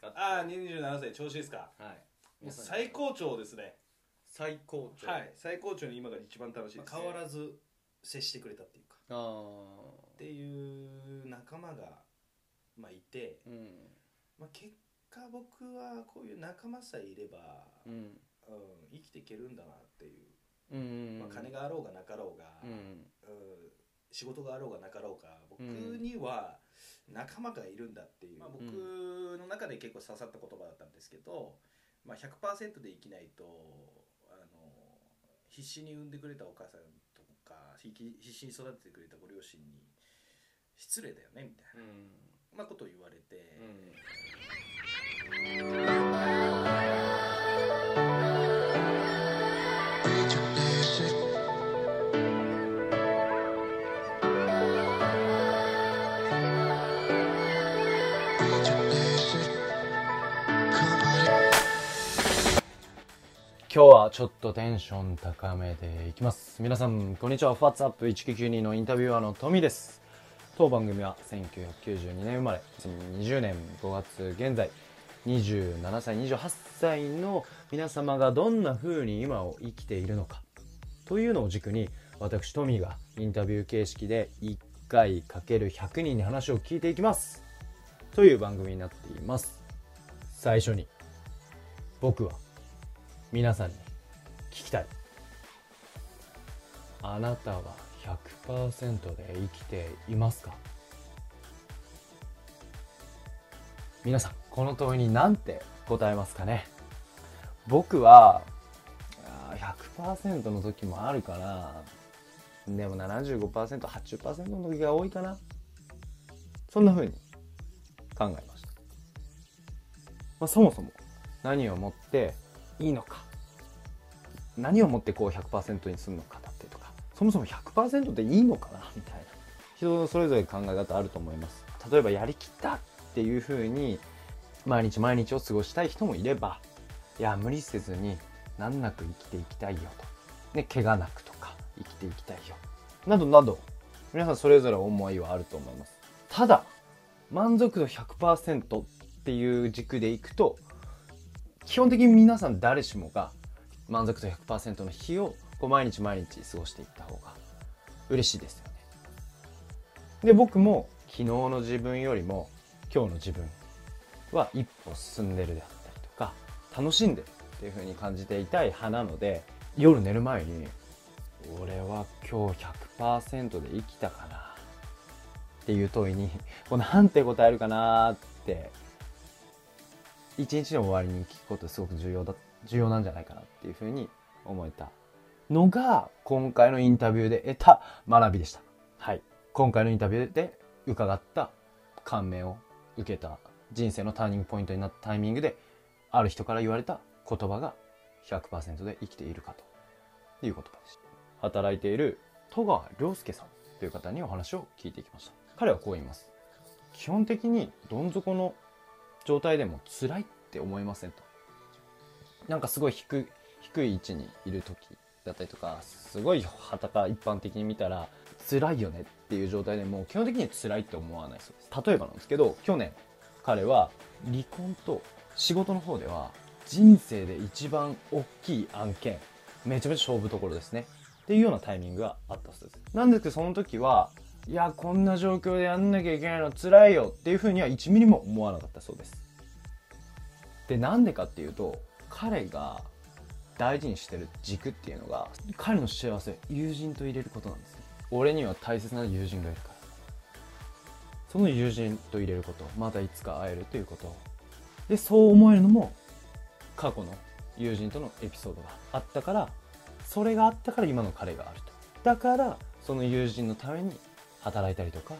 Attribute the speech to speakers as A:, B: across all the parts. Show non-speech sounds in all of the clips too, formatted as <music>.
A: かって
B: ああ27歳調子いいですか
A: はい
B: もう最高潮ですね
A: 最高潮
B: はい最高潮に今が一番楽しいです、ね
C: 変わらず接してくれたっていうか
A: ああ
C: っていう仲間が、まあ、いて、
A: うん
C: まあ、結果僕はこういう仲間さえいれば、
A: う
C: うん
A: ん
C: 生きていけるんだなっていう、
A: うん
C: まあ、金があろうがなかろうが、
A: うん
C: うん仕事があろうがなかろうが僕
A: うん
C: には仲間がいるんだっていう、まあ、
A: ん
C: 僕の中で結構刺さった言葉だったんですけど、まあ、100%で生きないとあの必死に産んでくれたお母さんとかひき必死に育ててくれたご両親に失礼だよねみたいな、
A: うん
C: まあ、ことを言われて、
A: うん今日はちょっとテンション高めでいきます皆さんこんにちは WhatsApp1992 のインタビュアーのトミです当番組は1992年生まれ2020年5月現在27歳28歳の皆様がどんな風に今を生きているのかというのを軸に私トミーがインタビュー形式で1回かける100人に話を聞いていきますという番組になっています最初に僕は皆さんに聞きたいあなたは100%で生きていますか皆さんこの問いに何て答えますかね僕はあー100%の時もあるかなでも 75%80% の時が多いかなそんな風に考えました、まあ、そもそも何をもっていいのか何をもってこう100%にするのかだったりとかそもそも100%でいいのかなみたいな人それぞれ考え方あると思います例えばやりきったっていうふうに毎日毎日を過ごしたい人もいればいや無理せずに難なく生きていきたいよと、ね、怪我なくとか生きていきたいよなどなど皆さんそれぞれ思いはあると思いますただ満足度100%っていう軸でいくと基本的に皆さん誰しもが満足度100%の日をこう毎日毎日過ごしていった方が嬉しいですよね。で僕も昨日の自分よりも今日の自分は一歩進んでるであったりとか楽しんでるっていう風に感じていたい派なので夜寝る前に「俺は今日100%で生きたかな」っていう問いにこうなんて答えるかなって一日の終わりに聞くことすごく重要だ重要なんじゃないかなっていうふうに思えたのが今回のインタビューで得た学びでしたはい今回のインタビューで伺った感銘を受けた人生のターニングポイントになったタイミングである人から言われた言葉が100%で生きているかという言葉でした働いている戸川亮介さんという方にお話を聞いていきました彼はこう言います基本的にどん底の状態でも辛いって思いませんとなんかすごい低い低い位置にいる時だったりとかすごい旗から一般的に見たら辛いよねっていう状態でも基本的に辛いって思わないそうです例えばなんですけど去年彼は離婚と仕事の方では人生で一番大きい案件めちゃめちゃ勝負どころですねっていうようなタイミングがあったそうですなんですけどその時はいやこんな状況でやんなきゃいけないの辛いよっていうふうには1ミリも思わなかったそうですでなんでかっていうと彼が大事にしてる軸っていうのが彼の幸せを友人と入れることなんですね俺には大切な友人がいるからその友人と入れることまたいつか会えるということでそう思えるのも過去の友人とのエピソードがあったからそれがあったから今の彼があるとだからその友人のために働いたりとか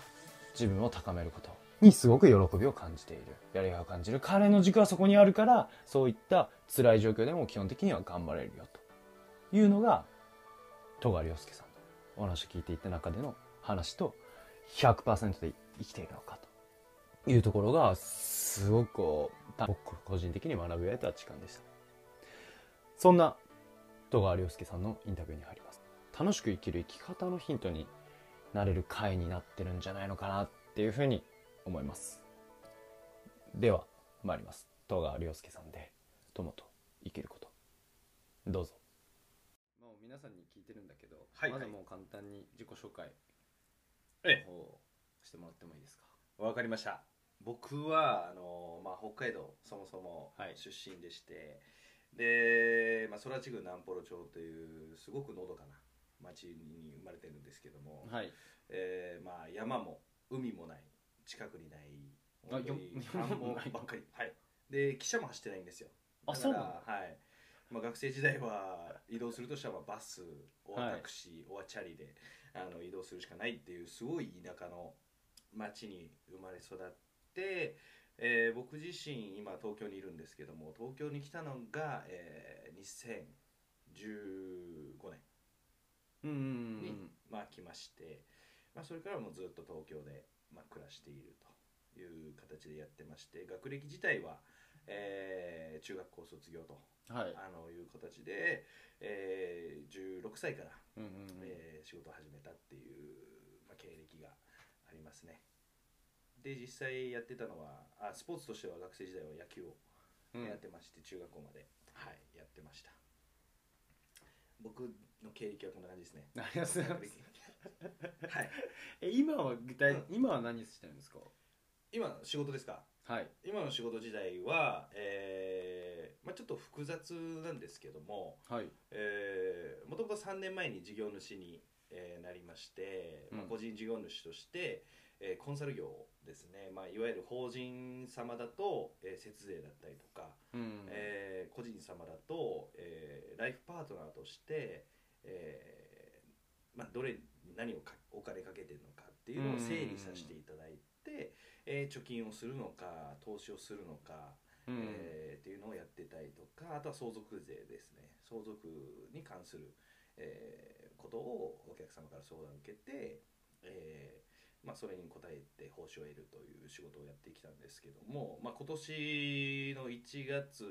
A: 自分を高めることにすごく喜びを感じているやりがいを感じる彼の軸はそこにあるからそういった辛い状況でも基本的には頑張れるよというのが戸川亮介さんのお話を聞いていった中での話と100%で生きているのかというところがすごくこうた僕個人的に学びを得た時間でしたそんな戸川亮介さんのインタビューに入ります楽しく生きる生き方のヒントになれる回になってるんじゃないのかなっていうふうに思いますでは参ります戸川亮介さんで「友と生きること」どうぞもう皆さんに聞いてるんだけど、
C: はい
A: まずもう簡単に自己紹介
C: ええ
A: の方をしてもらってもいいですか
C: わかりました僕はあの、まあ、北海道そもそも
A: はい
C: 出身でして、で、まあ、空知郡南幌町というすごくのどかな町に生まれてるんですけども、
A: はい
C: えーまあ、山も海もない近くにない
A: あ
C: 本当に
A: よ
C: 田んぼばっかり、はい、で汽車も走ってないんですよ
A: あそうなの
C: だからはいまあ、学生時代は移動するとしたらバスオアタクシーオアチャリであの移動するしかないっていうすごい田舎の町に生まれ育って、えー僕自身今東京にいるんですけども東京に来たのが、えー2015年
A: うんうんうん
C: に、まあ、来まして、まあ、それからもずっと東京で、まあ、暮らしているという形でやってまして学歴自体は、えー中学校卒業と
A: うんはい
C: あのいう形で、えー16歳から、
A: うんうんうん
C: えー仕事を始めたっていう、まあ、経歴がありますね。で実際やってたのはあスポーツとしては学生時代は野球を
A: うん
C: やってまして、中学校まで、はい、やってました僕の経歴はこんな感じですね
A: ありがとうございます
C: はい、
A: え今は具体、
C: うん
A: 今は何してるんですか
C: 今の仕事ですか
A: はい
C: 今の仕事時代は、えーまあ、ちょっと複雑なんですけども
A: はい
C: もともと3年前に事業主に、えーなりまして、まあ
A: うん
C: 個人事業主として、えーコンサル業ですね、まあ、いわゆる法人様だと、えー節税だったりとか、
A: うん
C: えー個人様だと、えーライフパートナーとして、えーまあ、どれに何をかお金かけてるのかっていうのを整理させていただいて、えー貯金をするのか投資をするのか、
A: うん
C: えーっていうのをやってたりとかあとは相続税ですね相続に関する、えーことをお客様から相談を受けて、えーまあ、それに応えて報酬を得るという仕事をやってきたんですけども、まあ、今年の1月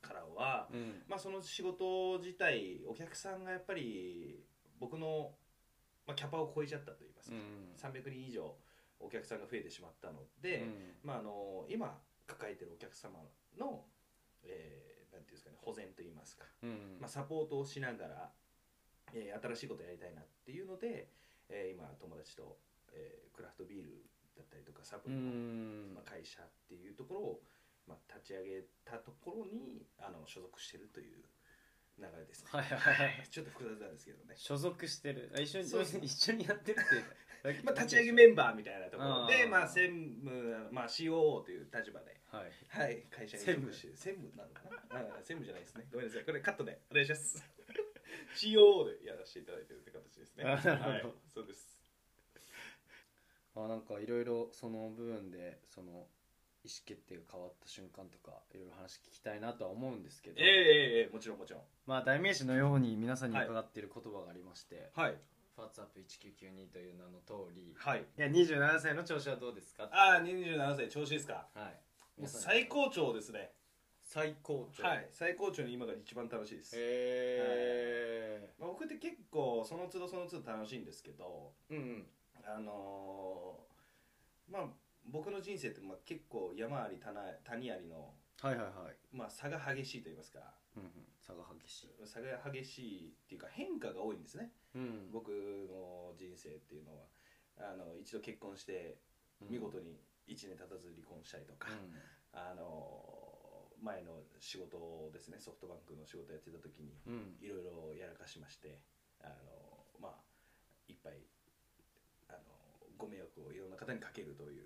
C: からは、
A: うん
C: まあ、その仕事自体お客さんがやっぱり僕の、まあ、キャパを超えちゃったといいます
A: う
C: か、
A: ん
C: 300人以上お客さんが増えてしまったので。まあ、あの今抱えてるお客様の、えーなんていうんですかね保全といいますか、
A: うん
C: まあ、サポートをしながら、えー新しいことやりたいなっていうので、えー今友達と、えークラフトビールだったりとかサプ
A: う
C: リの、
A: ん
C: まあ、会社っていうところを、まあ、立ち上げたところにあの所属してるという流れですね、
A: はいはいはい
C: <laughs> ちょっと複雑なんですけどね、
A: 所属してるあ一緒に
C: そうそう
A: 一緒にやってるっていう
C: <laughs> まあ、立ち上げメンバーみたいなところ
A: あ
C: で
A: ー
C: まあ、専務、まあ、COO という立場で
A: はい
C: はい、会社に
A: 専務
C: 属して専務なのかなうん専務じゃないですね。ごめんなさい、これカットでお願いします。COO でやらせていただいてるって形ですね。
A: あなるほど
C: はい、そうです。
A: あなんかいろいろその部分でその意思決定が変わった瞬間とかいろいろ話聞きたいなとは思うんですけど、
C: ええええええもちろんもちろん。
A: まあ代名詞のように皆さんに伺っている言葉がありまして、
C: はい。
A: ファッツアップ1992という名の通り
C: はい。
A: いや27歳の調子はどうですか
D: ああ、27歳、調子いいですか
A: はい
D: もう
A: 皆さん
D: 最高潮ですね。
A: 最高潮
D: はい。最高潮に今が一番楽しいです。
A: へ
C: まあ、僕って結構、その都度その都度楽しいんですけど、
A: えうん
C: あのーまあ、僕の人生って、まあ、結構山あり谷あり谷ありの、
A: はいはいはい、
C: まあ、差が激しいと言いますか、
A: うんうん、差が激しい、
C: 差が激しいっていうか変化が多いんですね。
A: うん
C: 僕の人生っていうのはあの一度結婚して見事に1年経たず離婚したりとか、あの前の仕事をですねソフトバンクの仕事やってた時に
A: うん、うん
C: いろいろやらかしましてあのまあいっぱいあのご迷惑をいろんな方にかけるという、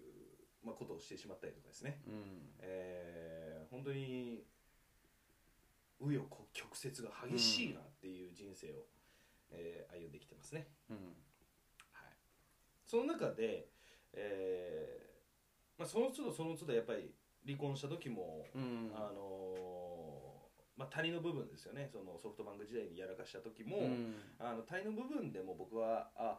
C: まあ、ことをしてしまったりとかですね、
A: うん
C: えー本当に紆余曲折が激しいなっていう人生を、えー歩んできてますね。
A: うん
C: はい、その中で、えーまあ、その都度その都度やっぱり離婚した時も、
A: うん
C: あのーまあ、谷の部分ですよねそのソフトバンク時代にやらかした時も、
A: うん
C: あの谷の部分でも僕はあ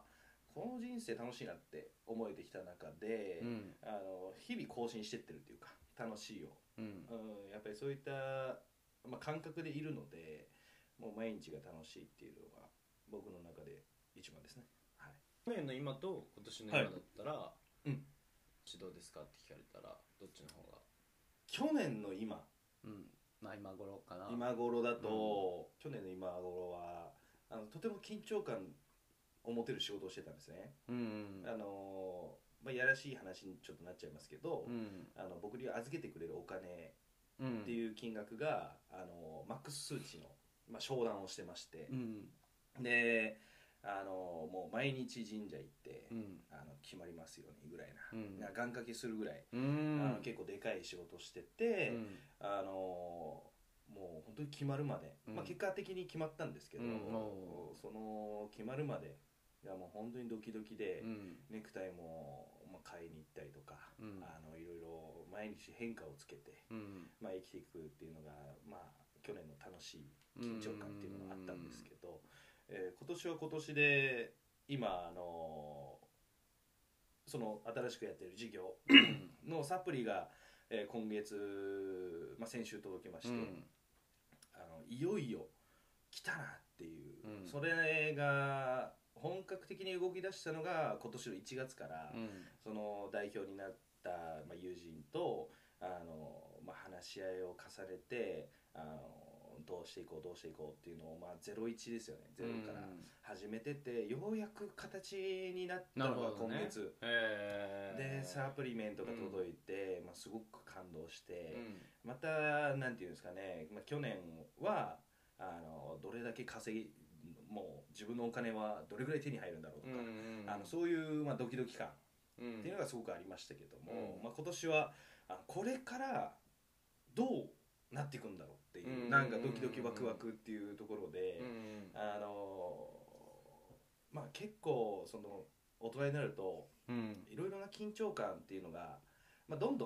C: この人生楽しいなって思えてきた中で、
A: うん
C: あの日々更新してってるっていうか楽しいよ、
A: うん
C: うん、やっぱりそういった、まあ、感覚でいるのでもう毎日が楽しいっていうのが僕の中で一番ですね。はい
A: 去年の今と今年の今だったら、
C: いうん
A: どうですかって聞かれたらどっちの方が
C: 去年の今
A: うんまあ今頃かな
C: 今頃だと、去年の今頃はあのとても緊張感を持てる仕事をしてたんですね、
A: うんうん
C: あのまあ、やらしい話にちょっとなっちゃいますけど、
A: うん
C: あの僕に預けてくれるお金
A: うん
C: っていう金額が、あのマックス数値の、まあ、商談をしてまして
A: う、ん
C: であのもう毎日神社行って、
A: うん
C: あの決まりますようにぐらいな、
A: うん
C: な願掛けするぐらい、
A: う
C: あ
A: ん
C: の結構でかい仕事をしてて、
A: うん
C: あのもう本当に決まるまで、
A: うん
C: まあ、結果的に決まったんですけど、
A: うんお
C: その決まるまでがもう本当にドキドキで、
A: うん
C: ネクタイも、まあ、買いに行ったりとか、
A: うん
C: あのいろいろ毎日変化をつけて、
A: うん
C: まあ、生きていくっていうのが、まあ、去年の楽しい緊張感っていうのがあったんですけど、えー今年は今年で今あのその新しくやってる事業
A: うん
C: のサプリが、えー今月、まあ、先週届きまして、
A: うん
C: あのいよいよ来たなっていう、
A: うん
C: それが本格的に動き出したのが今年の1月から、
A: うん
C: その代表になった、まあ、友人とあの、まあ、話し合いを重ねてあのどうしていこうどうしていこうっていうのを、まあ、01ですよね01から始めてて、ようやく形になったのが今月。
A: へえ
C: でサプリメントが届いて、まあ、すごく感動し
A: う
C: て、
A: ん
C: またなんていうんですかね、まあ、去年はあのどれだけ稼ぎもう自分のお金はどれぐらい手に入るんだろうと
A: うん
C: か、
A: うん
C: あのそういう、まあ、ドキドキ感
A: うん
C: っていうのがすごくありましたけども、
A: うん
C: まあ、今年はあのこれからどうなっていくんだろうっていう、
A: うん
C: なんかドキドキワクワクっていうところで。
A: うん
C: あのまあ結構その大人になると
A: うん
C: いろいろな緊張感っていうのが、まあ、どんど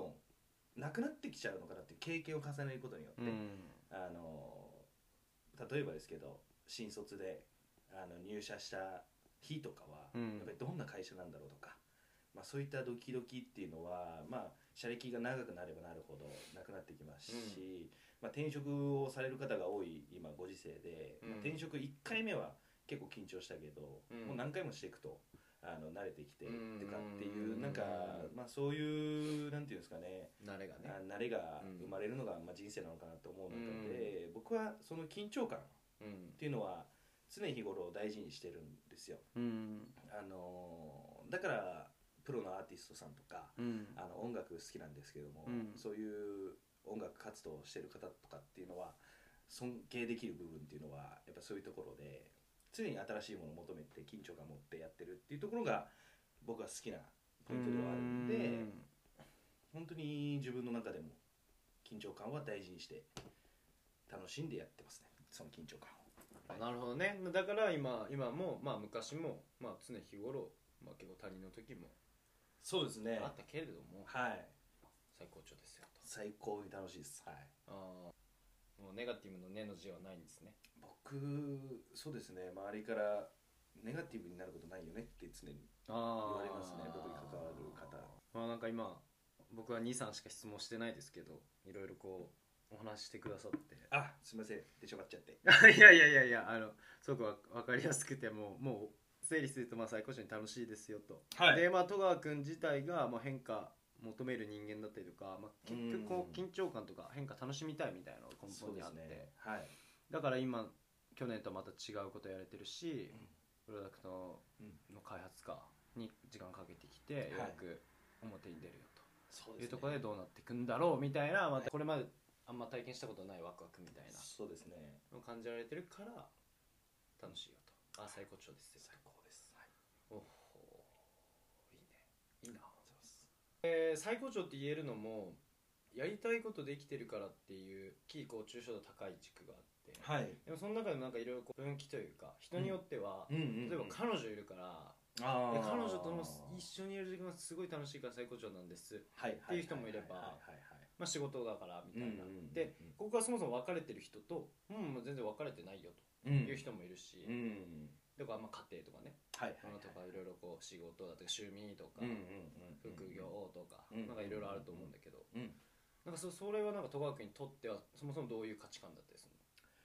C: んなくなってきちゃうのかなっていう経験を重ねることによって、
A: うん
C: あの例えばですけど新卒であの入社した日とかは、
A: うん
C: やっぱりどんな会社なんだろうとか、まあ、そういったドキドキっていうのは、まあ、社歴が長くなればなるほどなくなってきますし、まあ、転職をされる方が多い今ご時世で、
A: うん
C: まあ転職1回目は結構緊張したけど、
A: うん
C: もう何回もしていくと。あの慣れてきて
A: うん
C: とかっていうなんか、まあ、そういうなんていうんですかね
A: 慣れがね
C: あ慣れが生まれるのが、まあ、人生なのかなと思うので、僕はその緊張感っ
A: うん
C: ていうのは常日頃大事にしてるんですよ。
A: うん
C: あのーだからプロのアーティストさんとか
A: うん
C: あの音楽好きなんですけども、
A: うん
C: そういう音楽活動をしてる方とかっていうのは尊敬できる部分っていうのはやっぱそういうところで常に新しいものを求めて緊張感持ってやってるっていうところが僕は好きなポイントではあるんで。本当に自分の中でも緊張感は大事にして楽しんでやってますねその緊張感
A: あ
C: を
A: なるほどねだから今今もまあ昔もまあ常日頃まあ結構他人の時も
C: そうですね
A: あったけれども
C: はい
A: 最高潮ですよと
C: 最高に楽しいですはい
A: ああもうネガティブの「ね」の字はないんですね
C: 僕そうですね周りからネガティブになることないよねって常に
A: あ
C: 言われますね僕に関わる方
A: まあなんか今僕は23しか質問してないですけどいろいろこうお話ししてくださって
C: あすいません出しゃばっちゃって
A: <laughs> いやいやいやいやあのすごくわ分かりやすくてもうもう整理するとまあ最高潮に楽しいですよと、
C: は
A: でまあ戸川君自体がまあ変化求める人間だったりとか、まあ、結局こう
C: うん
A: 緊張感とか変化楽しみたいみたいなのが根
C: そう
A: 本に
C: で
A: あっ
C: す
A: て、
C: ねはい
A: だから今去年とはまた違うことやれてるし、プロダクトの開発かに時間かけてきて、ようやく表に出るよと。
C: そう
A: い
C: で
A: う
C: す
A: と
C: ね
A: ころでどうなっていくんだろうみたいなまたこれまであんま体験したことないワクワクみたいな
C: そうですね
A: のを感じられてるから楽しいよとあ最高潮ですよ
C: 最高ですはい
A: おほいいねいいな、えー最高潮って言えるのもやりたいことできてるからっていう非高中所度高い軸があって
C: はい
A: でもその中でもなんかいろいろこう分岐というか人によっては、
C: うんうんうん
A: 例えば彼女いるから、
C: あ
A: いや
C: ー
A: 彼女とも一緒にいる時間がすごい楽しいから最高潮なんです
C: はいは
A: っていう人もいれば
C: はいはいはい
A: まあ、仕事だからみたいな、
C: うんうんうんうん
A: でここがそもそも別れてる人と、うん、もう全然別れてないよ
C: うん
A: という人もいるし、
C: うん
A: だからまあ家庭とかね、
C: はいはい
A: ものとかいろいろこう仕事だとか趣味とか、
C: うんうんうんうん
A: 副業とか、
C: うん
A: なんかいろいろあると思うんだけど、
C: うん
A: なんかそそれはなんか戸川君にとってはそもそもどういう価値観だったりす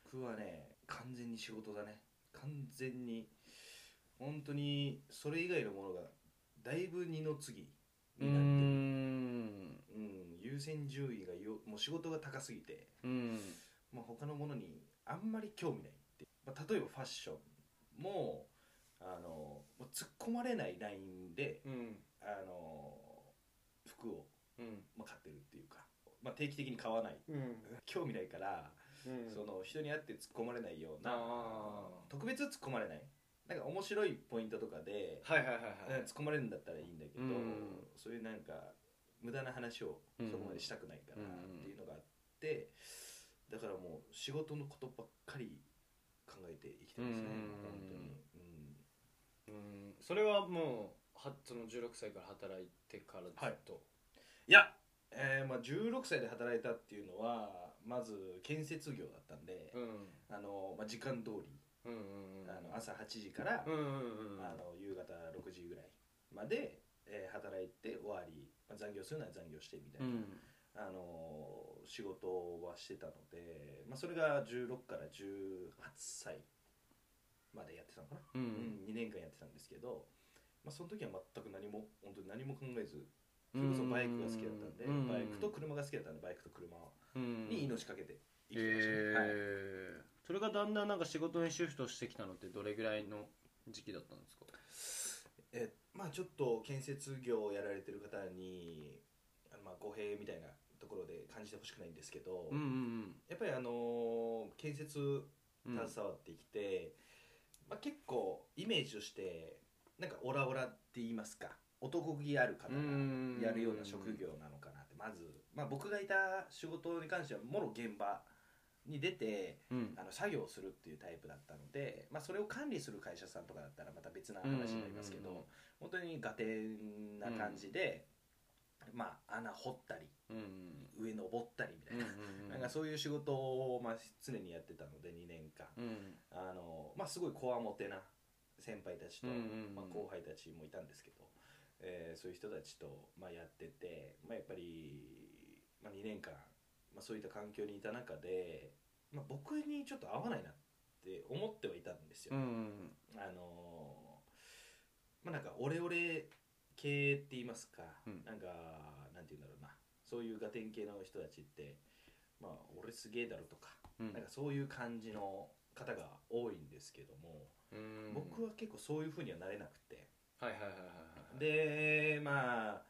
C: 僕はね完全に仕事だね完全に本当にそれ以外のものがだいぶ二の次う
A: うー
C: ん
A: ん
C: うん、優先順位がよもう仕事が高すぎて、
A: うん
C: まあ、他のものにあんまり興味ないって、まあ、例えばファッションもあのもう突っ込まれないラインで
A: うん
C: あの服を、
A: うん
C: まあ、買ってるっていうか、まあ、定期的に買わない
A: うん
C: 興味ないから、
A: うん
C: その人に会って突っ込まれないような
A: あー
C: 特別突っ込まれないなんか面白いポイントとかで、
A: はいはいはいはい
C: 突っ込まれるんだったらいいんだけど、
A: うん
C: そういうなんか無駄な話をそこまでしたくないか
A: う
C: ら
A: ん
C: っていうのがあって、だからもう仕事のことばっかり考えて生きてます
A: うん
C: ね、本当に、
A: うんそれはもうはその16歳から働いてからずっと
C: いや、えーまあ、16歳で働いたっていうのはまず建設業だったんで、
A: うん
C: あのまあ、時間通り、
A: うんうんうん
C: あの朝8時から、
A: うんうんうん
C: あの夕方6時ぐらいまで、えー働いて終わり、まあ、残業するなら残業してみたいな。
A: うん
C: あのー仕事はしてたので、まあ、それが16から18歳までやってたのかな、
A: う
C: う
A: ん
C: ん2年間やってたんですけど、まあ、その時は全く何も本当に何も考えずそれこそバイクが好きだったんで、
A: うん
C: バイクと車が好きだったんでバイクと車
A: うん
C: に命かけて生きてましたね、はい
A: えーそれがだんだんなんか仕事にシフトしてきたのってどれぐらいの時期だったんですか
C: えまあちょっと建設業をやられてる方にあのまあ語弊みたいなところで感じてほしくないんですけど、
A: うんうん
C: やっぱりあのー建設
A: うんうん
C: 携わってきて、まあ、結構イメージとしてなんかオラオラって言いますか男気ある方がやるような職業なのかなってまず、まあ、僕がいた仕事に関してはもろ現場に出て
A: うん
C: あの作業をするっていうタイプだったので、まあ、それを管理する会社さんとかだったらまた別な話になりますけど、本当に合点な感じで、まあ、穴掘ったり
A: うんうん
C: 上登ったりみ
A: う
C: た
A: ん
C: いな,、
A: うん
C: なんかそういう仕事を、まあ、常にやってたので2年間。
A: うん
C: あのまあすごいこわもてな先輩たちと、
A: うんうんうん
C: まあ、後輩たちもいたんですけど、えーそういう人たちと、まあ、やってて、まあ、やっぱり、まあ、2年間、まあ、そういった環境にいた中で、まあ、僕にちょっと合わないなって思ってはいたんですよ。
A: うんうん
C: あのーまあなんかオレオレ系って言いますか、
A: うん
C: なんかなんて言うんだろうなそういうガテン系の人たちってまあ俺すげえだろとか
A: うん
C: なんかそういう感じの方が多いんですけども、
A: うん
C: 僕は結構そういうふうにはなれなくて、
A: はいはいはいはいはい
C: で、まあ、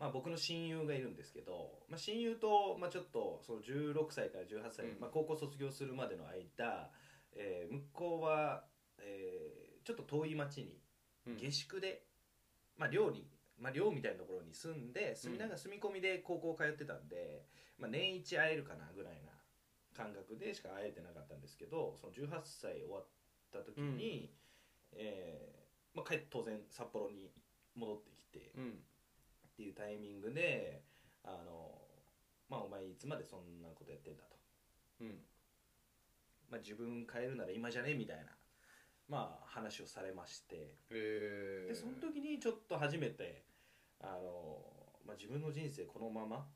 C: まあ僕の親友がいるんですけど、まあ、親友と、まあ、ちょっとその16歳から18歳、
A: うん
C: まあ、高校卒業するまでの間、えー向こうは、えーちょっと遠い町に
A: うん
C: 下宿で、まあ、寮に、まあ、寮みたいなところに住んで住みながら住み込みで高校通ってたんで、まあ、年一会えるかなぐらいな感覚でしか会えてなかったんですけどその18歳終わった時に、えーまあ、帰って当然札幌に戻ってきて
A: うん
C: っていうタイミングで「あのまあ、お前いつまでそんなことやってんだ」と。
A: うん
C: まあ、自分変えるなら今じゃねみたいな、まあ、話をされまして、
A: えー
C: でその時にちょっと初めてあの、まあ、自分の人生このまま、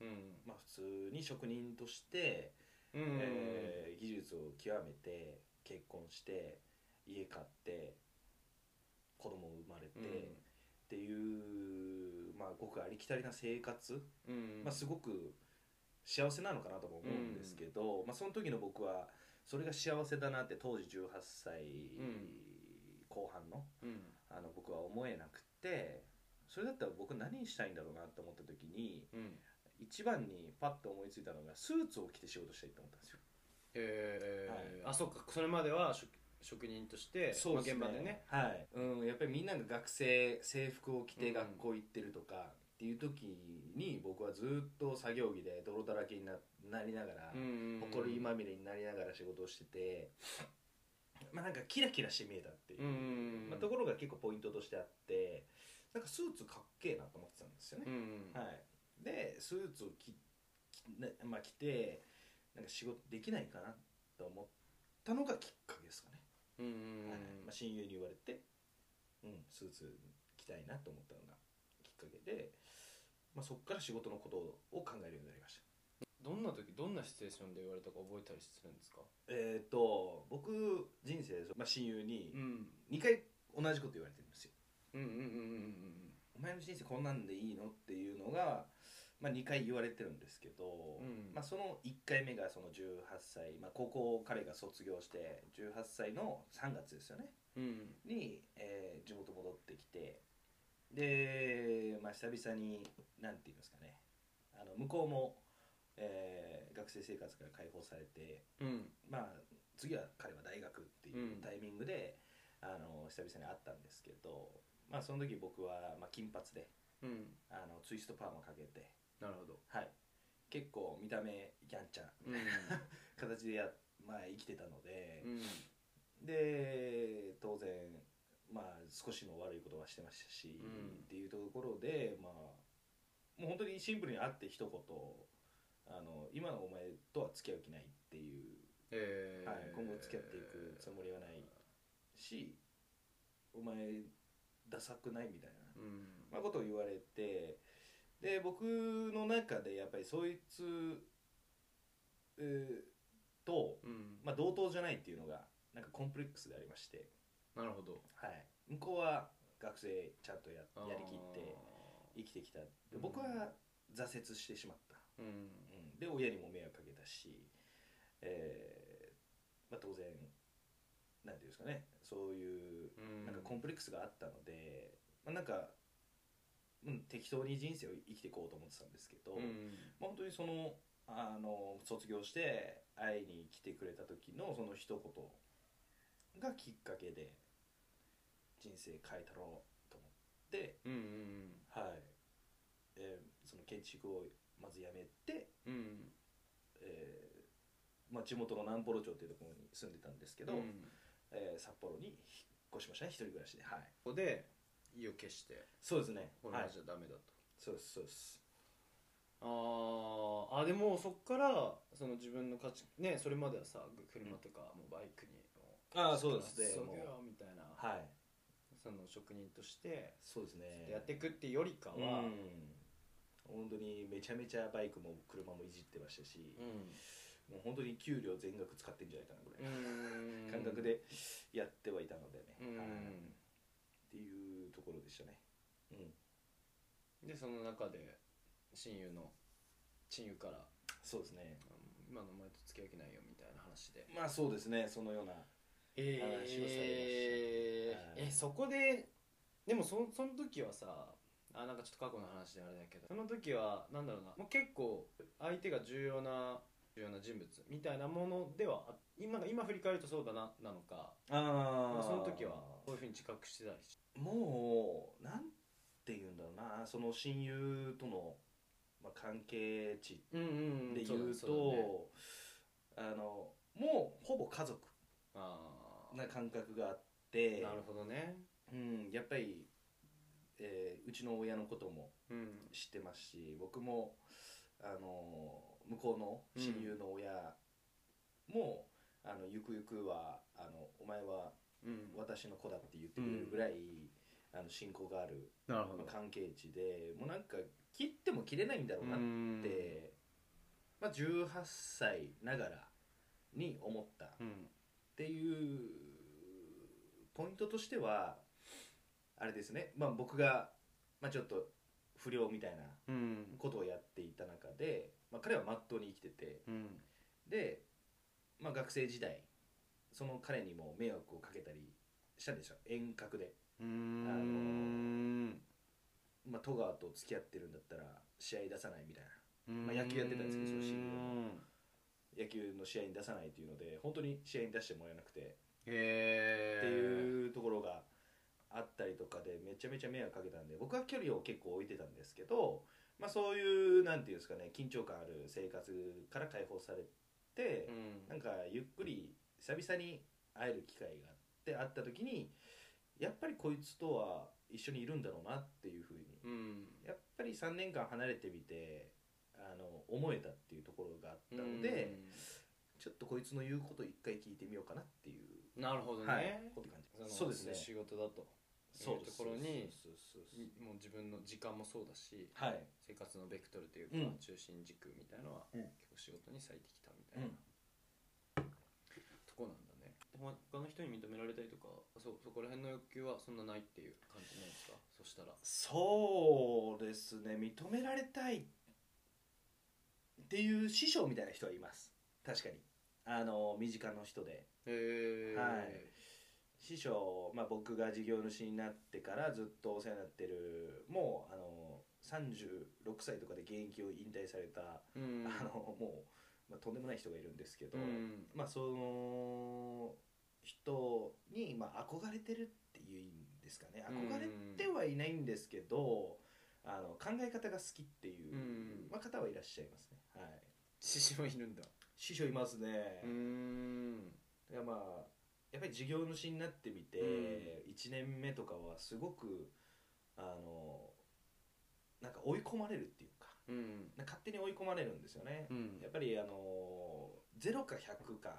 A: うん
C: まあ、普通に職人として、
A: うんうん
C: えー技術を極めて結婚して家買って子供生まれて、
A: うん
C: っていう、まあ、ごくありきたりな生活、
A: うん
C: まあ、すごく幸せなのかなとも思うんですけど、まあ、その時の僕はそれが幸せだなって当時18歳
A: うん
C: 後半の。
A: うん
C: あの僕は思えなくてそれだったら僕何したいんだろうなと思った時に
A: うん
C: 一番にパッと思いついたのがスーツを着て仕事したいと思ったんですよ
A: えーあそっかそれまでは職職人としてまあ現場でね
C: はい、うん、やっぱりみんなが学生制服を着
A: う
C: て
A: ん
C: 学校行ってるとかっていう時に僕はずっと作業着で泥だらけにななりながら、
A: うん
C: 埃まみれになりながら仕事をしててまあなんかキラキラして見えたっていう、
A: うんうん
C: まあ、ところが結構ポイントとしてあってなんかスーツかっけえなと思ってたんですよね
A: うんうん
C: はい、でスーツを着着,、ねまあ、着てなんか仕事できないかなと思ったのがきっかけですかね、
A: うんうんうん
C: はいまあ、親友に言われて、うん、スーツ着たいなと思ったのがきっかけで、まあ、そこから仕事のことを考えるようになりました
A: どんな時どんなシチュエーションで言われたか覚えたりするんですか
C: えっ、と僕人生で、まあ、親友に
A: ん
C: 2回同じこと言われてるんですよ
A: うんうんうんうん
C: お前の人生こんなんでいいのっていうのが、まあ、2回言われてるんですけど、
A: うん
C: まあ、その1回目がその18歳、まあ、高校を彼が卒業して18歳の3月ですよね
A: うん
C: に、えー地元戻ってきてで、まあ、久々になんて言いますかねあの向こうも、えー学生生活から解放されて、
A: うん
C: まあ、次は彼は大学っていうタイミングで、あの久々に会ったんですけど、まあ、その時僕は、まあ、金髪で
A: うん
C: あのツイストパーマかけて、
A: なるほど
C: はい、結構見た目やんちゃ
A: うん
C: 形でや、まあ、生きてたので。
A: うん
C: で当然まあ少しも悪いことはしてましたし、
A: うん
C: っていうところでまあもう本当にシンプルに会って一言あの今のお前とは付き合う気ないっていう、
A: えー
C: はい、今後付き合っていくつもりはないしお前ダサくないみたいな
A: うん
C: まあ、ことを言われてで僕の中でやっぱりそいつ、えーと、
A: うん
C: まあ、同等じゃないっていうのがなんかコンプレックスでありまして、
A: なるほど
C: はい、向こうは学生ちゃんとややりきって生きてきたで
A: うん
C: 僕は挫折してしまっ
A: あーう
C: た、
A: ん
C: うん、で親にも迷惑かけたし、えーまあ、当然なんていうんですかねそういう
A: うん
C: なんかコンプレックスがあったので、まあ、なんか、うん、適当に人生を生きていこうと思ってたんですけど、
A: うん
C: まあ、本当にそのあの卒業して会いに来てくれた時のその一言がきっかけで人生変えたろうと思って、
A: うんうん
C: はいえーその建築をまずやめて、
A: うん
C: えーまあ、地元の南幌町っていうところに住んでたんですけど、
A: うん
C: えー札幌に引っ越しましたね一人暮らしではい
A: ここで意を決して
C: そうですね
A: これ
C: はい
A: じゃダメだと、
C: そうですそうです
A: あーあでもそこからその自分の価値ねそれまではさ車とかもうバイクにも
C: ああそうですね
A: ね
C: もう
A: みたいな、
C: はい
A: その職人として
C: そうですね
A: やっていくってよりかは、
C: うん本当にめちゃめちゃバイクも車もいじってましたし、もう本当に給料全額使ってんじゃないかなぐらい、
A: うん
C: <laughs> 感覚でやってはいたのでね、
A: う
C: はい
A: ん
C: っていうところでしたねうん
A: でその中で親友の親友から
C: そうですね
A: 「今のお前と付き合いたくないよ」みたいな話で
C: まあそうですねそのような
A: え
C: 話をされまし
A: え
C: たはい
A: えそこででもそその時はさあなんかちょっと過去の話であれだけどその時はなんだろうなもう結構相手が重要な重要な人物みたいなものではあ今が今振り返るとそうだななのか
C: あ
A: その時はこういうふうに自覚してたりし
C: もうなんて言うんだろうなその親友との、まあ、関係値
A: うんうん
C: で
A: そ
C: 言う
A: だ
C: と
A: ね、そうだね
C: あのもうほぼ家族
A: あー
C: な感覚があって
A: なるほどね
C: うん、やっぱり、えーうちの親のことも
A: うん
C: 知ってますし僕も、あのー向こうの親友の親も、あのゆくゆくはあの「お前は
A: うん
C: 私の子だ」って言ってくれるぐらい、あの親交がある、
A: なるほ
C: まあ関係値でもうなんか切っても切れないんだろうなっ
A: ん
C: で、まあ、18歳ながらに思ったっ
A: うん
C: ていうポイントとしてはあれですね、まあ、僕が、まあ、ちょっと不良みたいな
A: うん
C: ことをやっていた中で、まあ、彼はまっとうに生きてて
A: うん
C: で、まあ、学生時代その彼にも迷惑をかけたりしたんでしょ遠隔で、
A: う
C: あの
A: ん
C: まあ、戸川と付き合ってるんだったら試合出さないみたいなまあ野球やってたんですけどその親友
A: うん
C: 野球の試合に出さないっていうので本当に試合に出してもらえなくて
A: へえ
C: っていうところがあったりとかでめちゃめちゃ迷惑かけたんで僕は距離を結構置いてたんですけど、まあ、そういうなんていうんですかね緊張感ある生活から解放されて
A: う、
C: なんんかゆっくり久々に会える機会があって会った時にやっぱりこいつとは一緒にいるんだろうなっていうふうに
A: うん
C: やっぱり3年間離れてみてあの思えたっていうところがあったので。ちょっとこいつの言うこと一回聞いてみようかなっていう、
A: うんなるほど
C: はい
A: ね
C: こういう感じ
A: の
C: そうですね
A: 仕事だと
C: そう
A: いうところに
C: そうそうそうそう
A: いもう自分の時間もそうだし
C: はい、
A: 生活のベクトルというか
C: うん
A: 中心軸みたいのは
C: うん
A: 結構仕事に割いてきたみたい
C: う、
A: なんとこなんだね
C: 本
A: ほ他の人に認められたりとかそうそこら辺の欲求はそんなないっていう感じなんですかそしたら
C: そうですね認められたいっていう師匠みたいな人はいます確かにあの身近の人で
A: へえ
C: はい師匠、まあ、僕が事業主になってからずっとお世話になってるもうあの36歳とかで現役を引退された、
A: うん
C: あのもう、まあ、とんでもない人がいるんですけど、
A: うん
C: まあ、その人に、まあ、憧れてるっていうんですかね憧れてはいないんですけど、あの考え方が好きっていう、
A: うん
C: まあ、方はいらっしゃいますね、はい、
A: 獅子はいるんだ
C: 師匠いますね、
A: うーん
C: いやまあやっぱり事業主になってみて、
A: う
C: 1年目とかはすごくあのなんか追い込まれるっていうか
A: うん
C: なんか勝手に追い込まれるんですよね
A: う、ん
C: やっぱりあの0か100か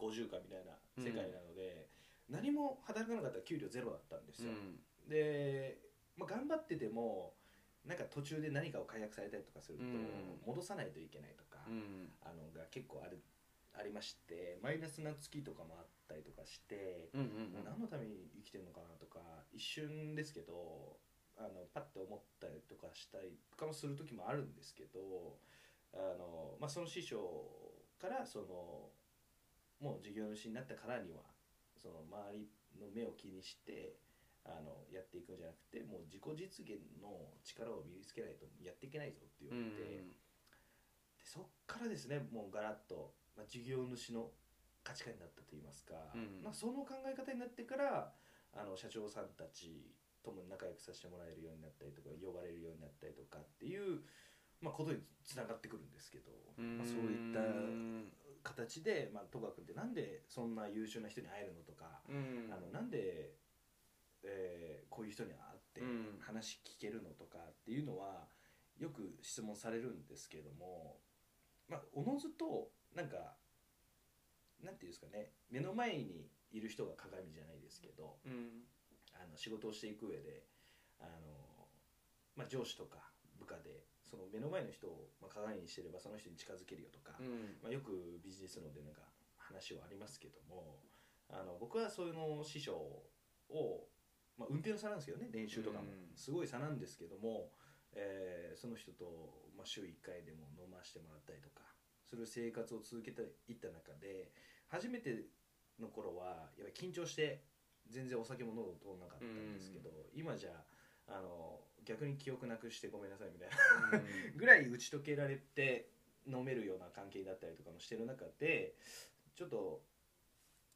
C: 50かみたいな世界なので、何も働かなかったら給料ゼロだったんですよ、で、まあ、頑張っててもなんか途中で何かを解約されたりとかすると、
A: うん
C: 戻さないといけないとか、
A: うん
C: あのが結構あるありましてマイナスな月とかもあったりとかして、
A: うんうんうん
C: 何のために生きてるのかなとか一瞬ですけどあのパッて思ったりとかしたりとかもする時もあるんですけどあの、まあ、その師匠からそのもう事業主になったからにはその周りの目を気にしてあのやっていくんじゃなくてもう自己実現の力を身につけないとやっていけないぞって言われて。でそっからですねもうガラッと、まあ、事業主の価値観になったといいますか、
A: うん
C: まあ、その考え方になってからあの社長さんたちとも仲良くさせてもらえるようになったりとか呼ばれるようになったりとかっていう、まあ、ことにつながってくるんですけど、
A: うん
C: まあ、そういった
A: うん
C: 形で、まあ、戸川君ってなんでそんな優秀な人に会えるのとか、
A: うん
C: あのなんで、えーこういう人に会って
A: うん
C: 話聞けるのとかっていうのはよく質問されるんですけれどもまあおのずとなんかなんていうんですかね目の前にいる人が鏡じゃないですけど
A: うん
C: あの仕事をしていく上であの、まあ、上司とか部下でその目の前の人をまあ鏡にしてればその人に近づけるよとか、
A: うん
C: まあ、よくビジネスのでなんか話はありますけどもあの僕はそういうの師匠を、まあ、運転の差なんですけどね練習とかも
A: うん
C: すごい差なんですけども、えーその人と、まあ、週1回でも飲ましてもらったりとかする生活を続けていった中で初めての頃はやっぱり緊張して全然お酒も喉を通らなかったんですけど、今じゃあの逆に記憶なくしてごめんなさいみたいなぐらい打ち解けられて飲めるような関係だったりとかもしてる中でちょっと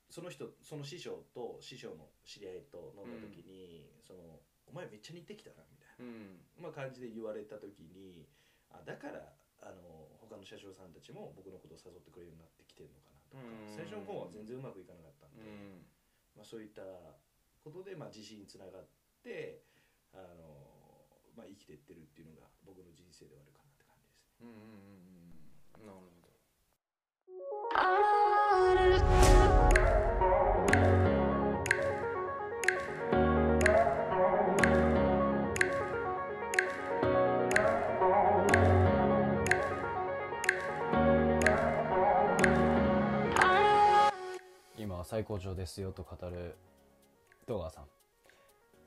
C: その人その師匠と師匠の知り合いと飲んだ時に「そのお前めっちゃ似てきたな」みたい
A: うんうん
C: な、まあ、感じで言われた時にあだからあの他の社長さんたちも僕のことを誘ってくれるようになってきてるのかなとか
A: うん
C: 最初の方は全然うまくいかなかったんで、
A: うん
C: まあ、そういったことで、まあ、自信につながってあの、まあ、生きてってるっていうのが僕の人生ではあるかなって感じです
A: うんう
C: ね。
A: んうんうんなるほど
E: 今は最高潮ですよと語る戸川さん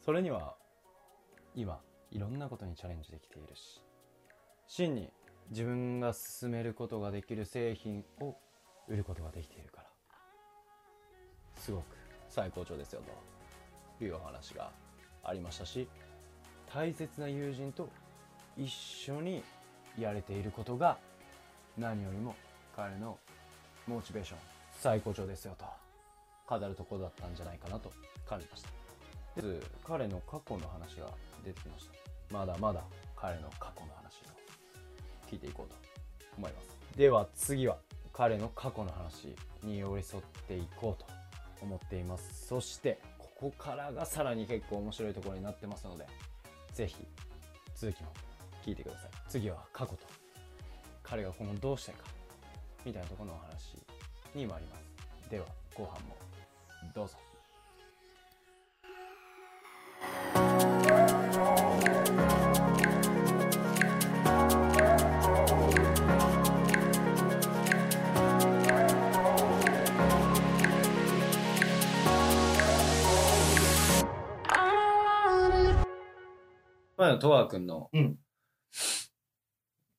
E: それには今いろんなことにチャレンジできているし真に自分が進めることができる製品を売ることができているからすごく最高潮ですよというお話がありましたし大切な友人と一緒にやれていることが何よりも彼のモチベーション最高潮ですよと語るところだったんじゃないかなと感じましたまず彼の過去の話が出てきましたまだまだ彼の過去の話を聞いていこうと思いますでは次は彼の過去の話に寄り添っていこうと思っていますそしてここからがさらに結構面白いところになってますのでぜひ続きも聞いてください次は過去と彼が今後どうしたいかみたいなところのお話にもありますでは後半もどうぞ
C: 「
A: 前のトワー君の、
C: うん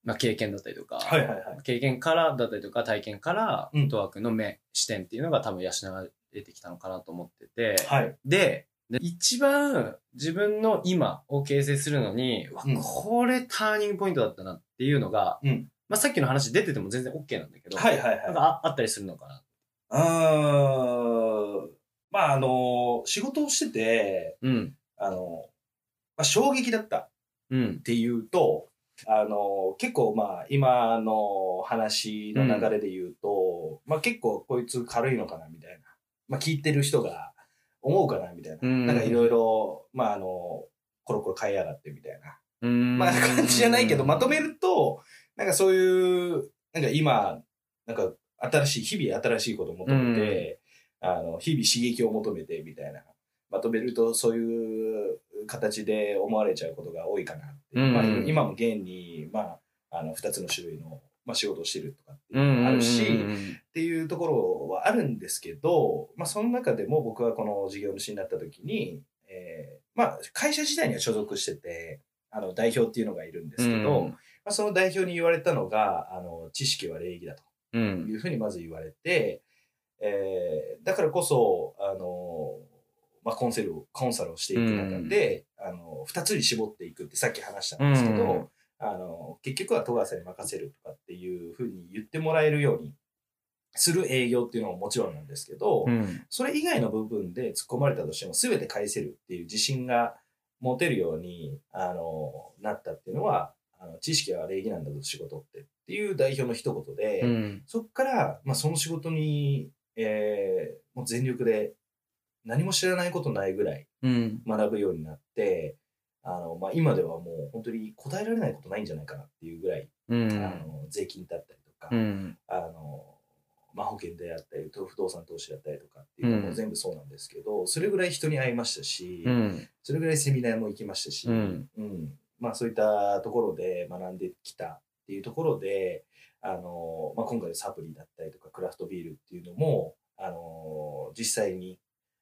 A: まあ、経験だったりとか、
C: はいはいはい
A: 経験からだったりとか体験から、
C: うん
A: トワー君の目視点っていうのが多分養われてきたのかなと思ってて、
C: はい
A: でで一番自分の今を形成するのに、うわ
C: うん
A: これターニングポイントだったなっていうのが、
C: うん
A: まあ、さっきの話出てても全然 OK なんだけど、
C: はいは
A: なん
C: いはい
A: かああったりするのかな。
C: うーんまああの仕事をしてて
A: うん。
C: あの、まあ、衝撃だった
A: うん
C: っ。ていうと、あの、結構まあ、今の話の流れで言うと、まあ結構こいつ軽いのかなみたいな。まあ聞いてる人が思うかなみたいな。
A: うん
C: なんかいろいろ、まああの、コロコロ変えやがってみたいな。
A: うん
C: まあ感じじゃないけど、まとめると、なんかそういう、なんか今、なんか新しい、日々新しいことを求めて、あの、日々刺激を求めてみたいな。まとめると、そういう形で思われちゃうことが多いかなって。
A: うん
C: まあ、今も現に、まあ、あの、二つの種類の、まあ、仕事をしてるとかっ
A: う
C: ていうんの
A: うん
C: もあるし、
A: うん
C: っていうところはあるんですけど、まあ、その中でも僕はこの事業主になった時に、えーまあ、会社自体には所属しててあの代表っていうのがいるんですけど、まあ、その代表に言われたのがあの知識は礼儀だ
A: う
C: と
A: ん
C: いうふうにまず言われて、えーだからこそあの、まあ、コンセルをコンサルをしていく中で、あの2つに絞っていくってさっき話したんですけど、
A: うん
C: あの結局は戸川さんに任せるとかっていうふうに言ってもらえるようにする営業っていうのももちろんなんですけど、
A: うん
C: それ以外の部分で突っ込まれたとしても全て返せるっていう自信が持てるようにあのなったっていうのはあの知識は礼儀なんだと仕事ってっていう代表の一言で、
A: うん
C: そこから、まあ、その仕事に、えーもう全力で何も知らないことないぐらい
A: うん
C: 学ぶようになってあの、まあ、今ではもう本当に答えられないことないんじゃないかなっていうぐらい、
A: う
C: あ
A: ん
C: の税金だったりとか、
A: うん
C: あのまあ、保険であったりと不動産投資だったりとかっていうの
A: う
C: も
A: ん
C: 全部そうなんですけど、それぐらい人に会いましたし、
A: うん
C: それぐらいセミナーも行きましたし、
A: うん
C: うんまあ、そういったところで学んできたっていうところであの、まあ、今回のサプリだったりとかクラフトビールっていうのもあの実際に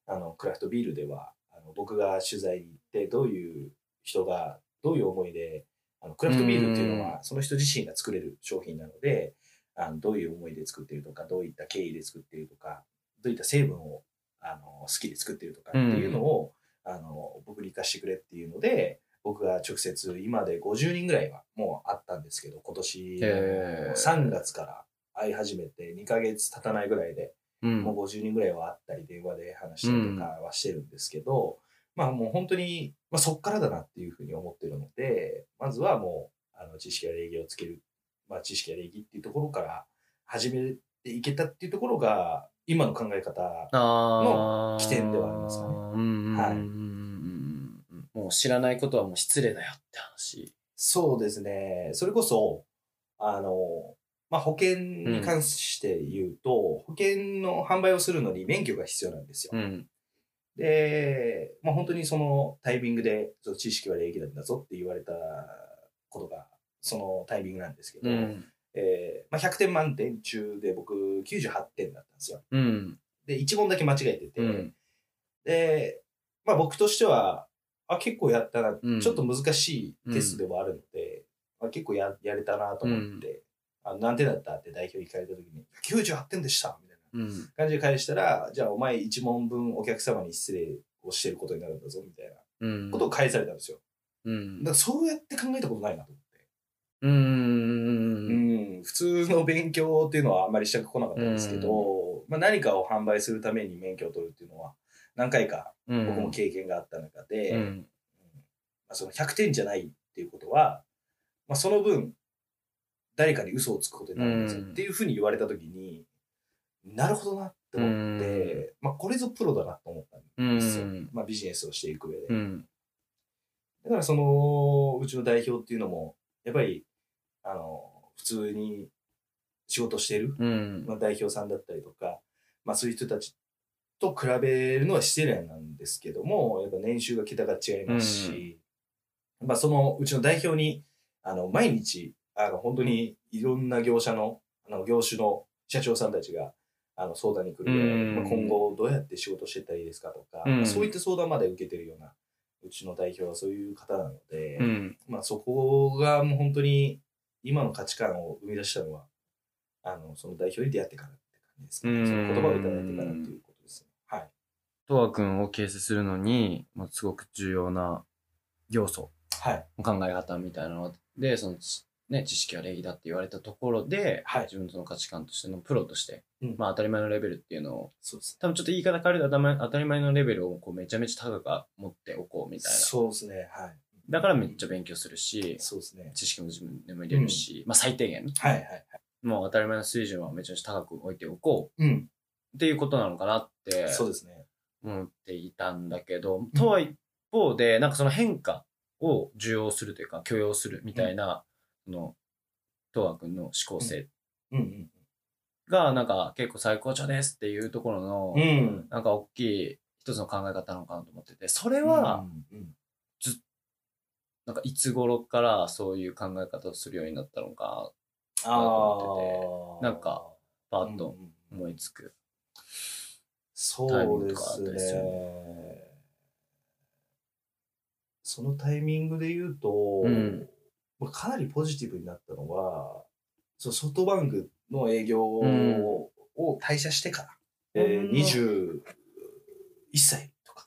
C: あのクラフトビールではあの僕が取材に行ってどういう人がどういう思いであのクラフトビールっていうのはその人自身が作れる商品なのであのどういう思いで作っているとかどういった経緯で作っているとかどういった成分をあの好きで作っているとかっていうのを、あの僕に貸してくれっていうので僕が直接今で50人ぐらいはもうあったんですけど今年
A: へー
C: 3月から会い始めて2ヶ月経たないぐらいで
A: うん
C: もう50人ぐらいはあったり電話で話したりとかはしてるんですけど、まあもう本当に、まあ、そっからだなっていうふうに思ってるのでまずはもうあの知識や礼儀をつける、まあ、知識や礼儀っていうところから始めていけたっていうところが今の考え方
A: の
C: 起点ではありますかねはい
A: もう知らないことはもう失礼だよって話。
C: そうですね。それこそ、あの、まあ、保険に関して言うと、保険の販売をするのに免許が必要なんですよ。
A: うん
C: で、まあ、本当にそのタイミングで、その知識は礼儀なんだぞって言われたことが、そのタイミングなんですけど、
A: うん
C: えーまあ、100点満点中で僕98点だったんですよ。
A: うん
C: で、1問だけ間違えてて、
A: うん
C: で、まあ、僕としては、あ、結構やったな、
A: うん
C: ちょっと難しいテストではあるので、まあ、結構ややれたなと思って、あの何点だったって代表に聞かれた時に、98点でしたみたいな
A: うん
C: 感じで返したら、じゃあお前1問分お客様に失礼をしてることになるんだぞ、みたいな
A: うん
C: ことを返されたんですよ。
A: うん
C: だからそうやって考えたことないなと思って。
A: うんうんうん
C: うん、普通の勉強っていうのはあんまりしたく来なかったんですけど、まあ、何かを販売するために免許を取るっていうのは何回か
A: うん
C: 僕も経験があった中で、
A: う
C: うんま
A: ん
C: あ、その100点じゃないっていうことは、まあ、その分誰かに嘘をつくことになるんですよ、
A: うん
C: っていうふうに言われた時になるほどなって思って、
A: う
C: まあ、これぞプロだなと思った
A: うん
C: ですよ、
A: ん
C: まあ、ビジネスをしていく上で、
A: うん
C: だからそのうちの代表っていうのもやっぱりあの普通に仕事してる、
A: うん
C: まあ、代表さんだったりとか、まあ、そういう人たちと比べるのは失礼なんですけどもやっぱ年収が桁が違いますし、まあ、そのうちの代表にあの毎日あの本当にいろんな業者のあの業種の社長さんたちがあの相談に来るような
A: うん
C: まあ、今後どうやって仕事してったらいいですかとか、
A: うん
C: まあそういった相談まで受けてるようなうちの代表はそういう方なので、
F: うん
C: まあ、そこがもう本当に今の価値観を生み出したのはあのその代表に出会ってからって感じですかね、
A: うん
C: その言葉をいただいてからっていうことですね。はい、
A: とわくんを形成するのに、まあ、すごく重要な要素
C: はい、
A: 考え方みたいなのでその知,、ね、知識は礼儀だって言われたところで、
C: はい
A: 自分との価値観としてのプロとして、
C: うん
A: まあ、当たり前のレベルっていうのを
C: そうですね。
A: 多分ちょっと言い方変えると当たり前当たり前のレベルをこうめちゃめちゃ高く持っておこうみたいな
C: そうですね。はい。
A: だからめっちゃ勉強するし
C: そうですね。
A: 知識も自分でも入れるし、まあ、最低限ね
C: はいはいはい。
A: もう当たり前の水準はめちゃめちゃ高く置いておこ
C: うん。
A: うっていうことなのかなって
C: そうですね。
A: 思っていたんだけど、とは一方でなんかその変化を受容するというか許容するみたいな、その東和君の思考性
C: うんうん。
A: がなんか結構最高潮ですっていうところの、
C: うん。
A: なんか大きい一つの考え方なのかなと思っててそれ
C: で
A: は、、
C: うん
A: なんかいつ頃からそういう考え方をするようになったのか
C: あ
A: 思
C: あ。
A: なんか、パッと
C: うんうん
A: 思いつく、タイミン
C: そう
A: グ
C: で
A: とかあっ
C: す
A: たり
C: ね
A: するよ。
C: そのタイミングで言うと、
A: うん
C: まあかなりポジティブになったのは、そのソフトバンクの営業
A: うん
C: をを退社してから、
A: ほん
C: えー
A: の
C: 21歳とか、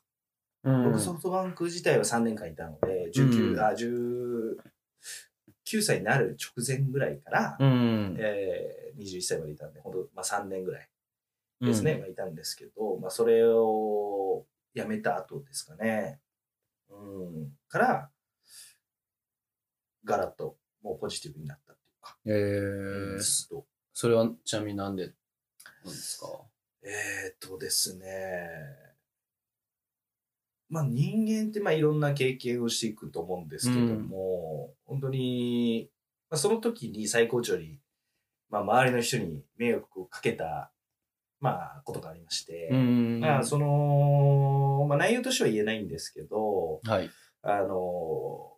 A: うん
C: 僕ソフトバンク自体は3年間いたので、19、
A: うん
C: あ、19歳になる直前ぐらいから、
A: うん
C: えー21歳までいたんで、本当まあ3年ぐらい。ですね、まあ、いたんですけど、まあ、それを辞めた後ですかね、うん、から、ガラッともうポジティブになったっていうか、
A: うん、えー
C: うん、ずっと。
A: それはちなみになんでなんですか
C: えー、っとですね、まあ人間ってまあいろんな経験をしていくと思うんですけども、本当に、まあ、その時に最高潮に、まあ、周りの人に迷惑をかけた、まあ、ことがありまして、
A: ん
C: まあ、その、まあ、内容としては言えないんですけど、
A: はい
C: あの、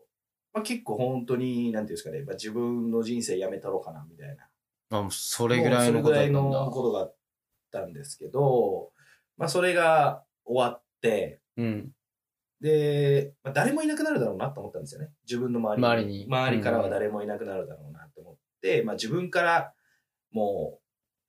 C: まあ、結構本当に、なんていうんですかね、まあ、自分の人生やめたろうかな、みたいな。
A: あもうそれぐらいの
C: もうそれ
A: ことだった
C: ぐらい
A: ん
C: の
A: だ
C: ことがあったんですけど、まあ、それが終わって、
A: うん
C: で、まあ、誰もいなくなるだろうなと思ったんですよね。自分の周り
A: 周りに
C: 周りからは誰もいなくなるだろうなと思って、まあ、自分からも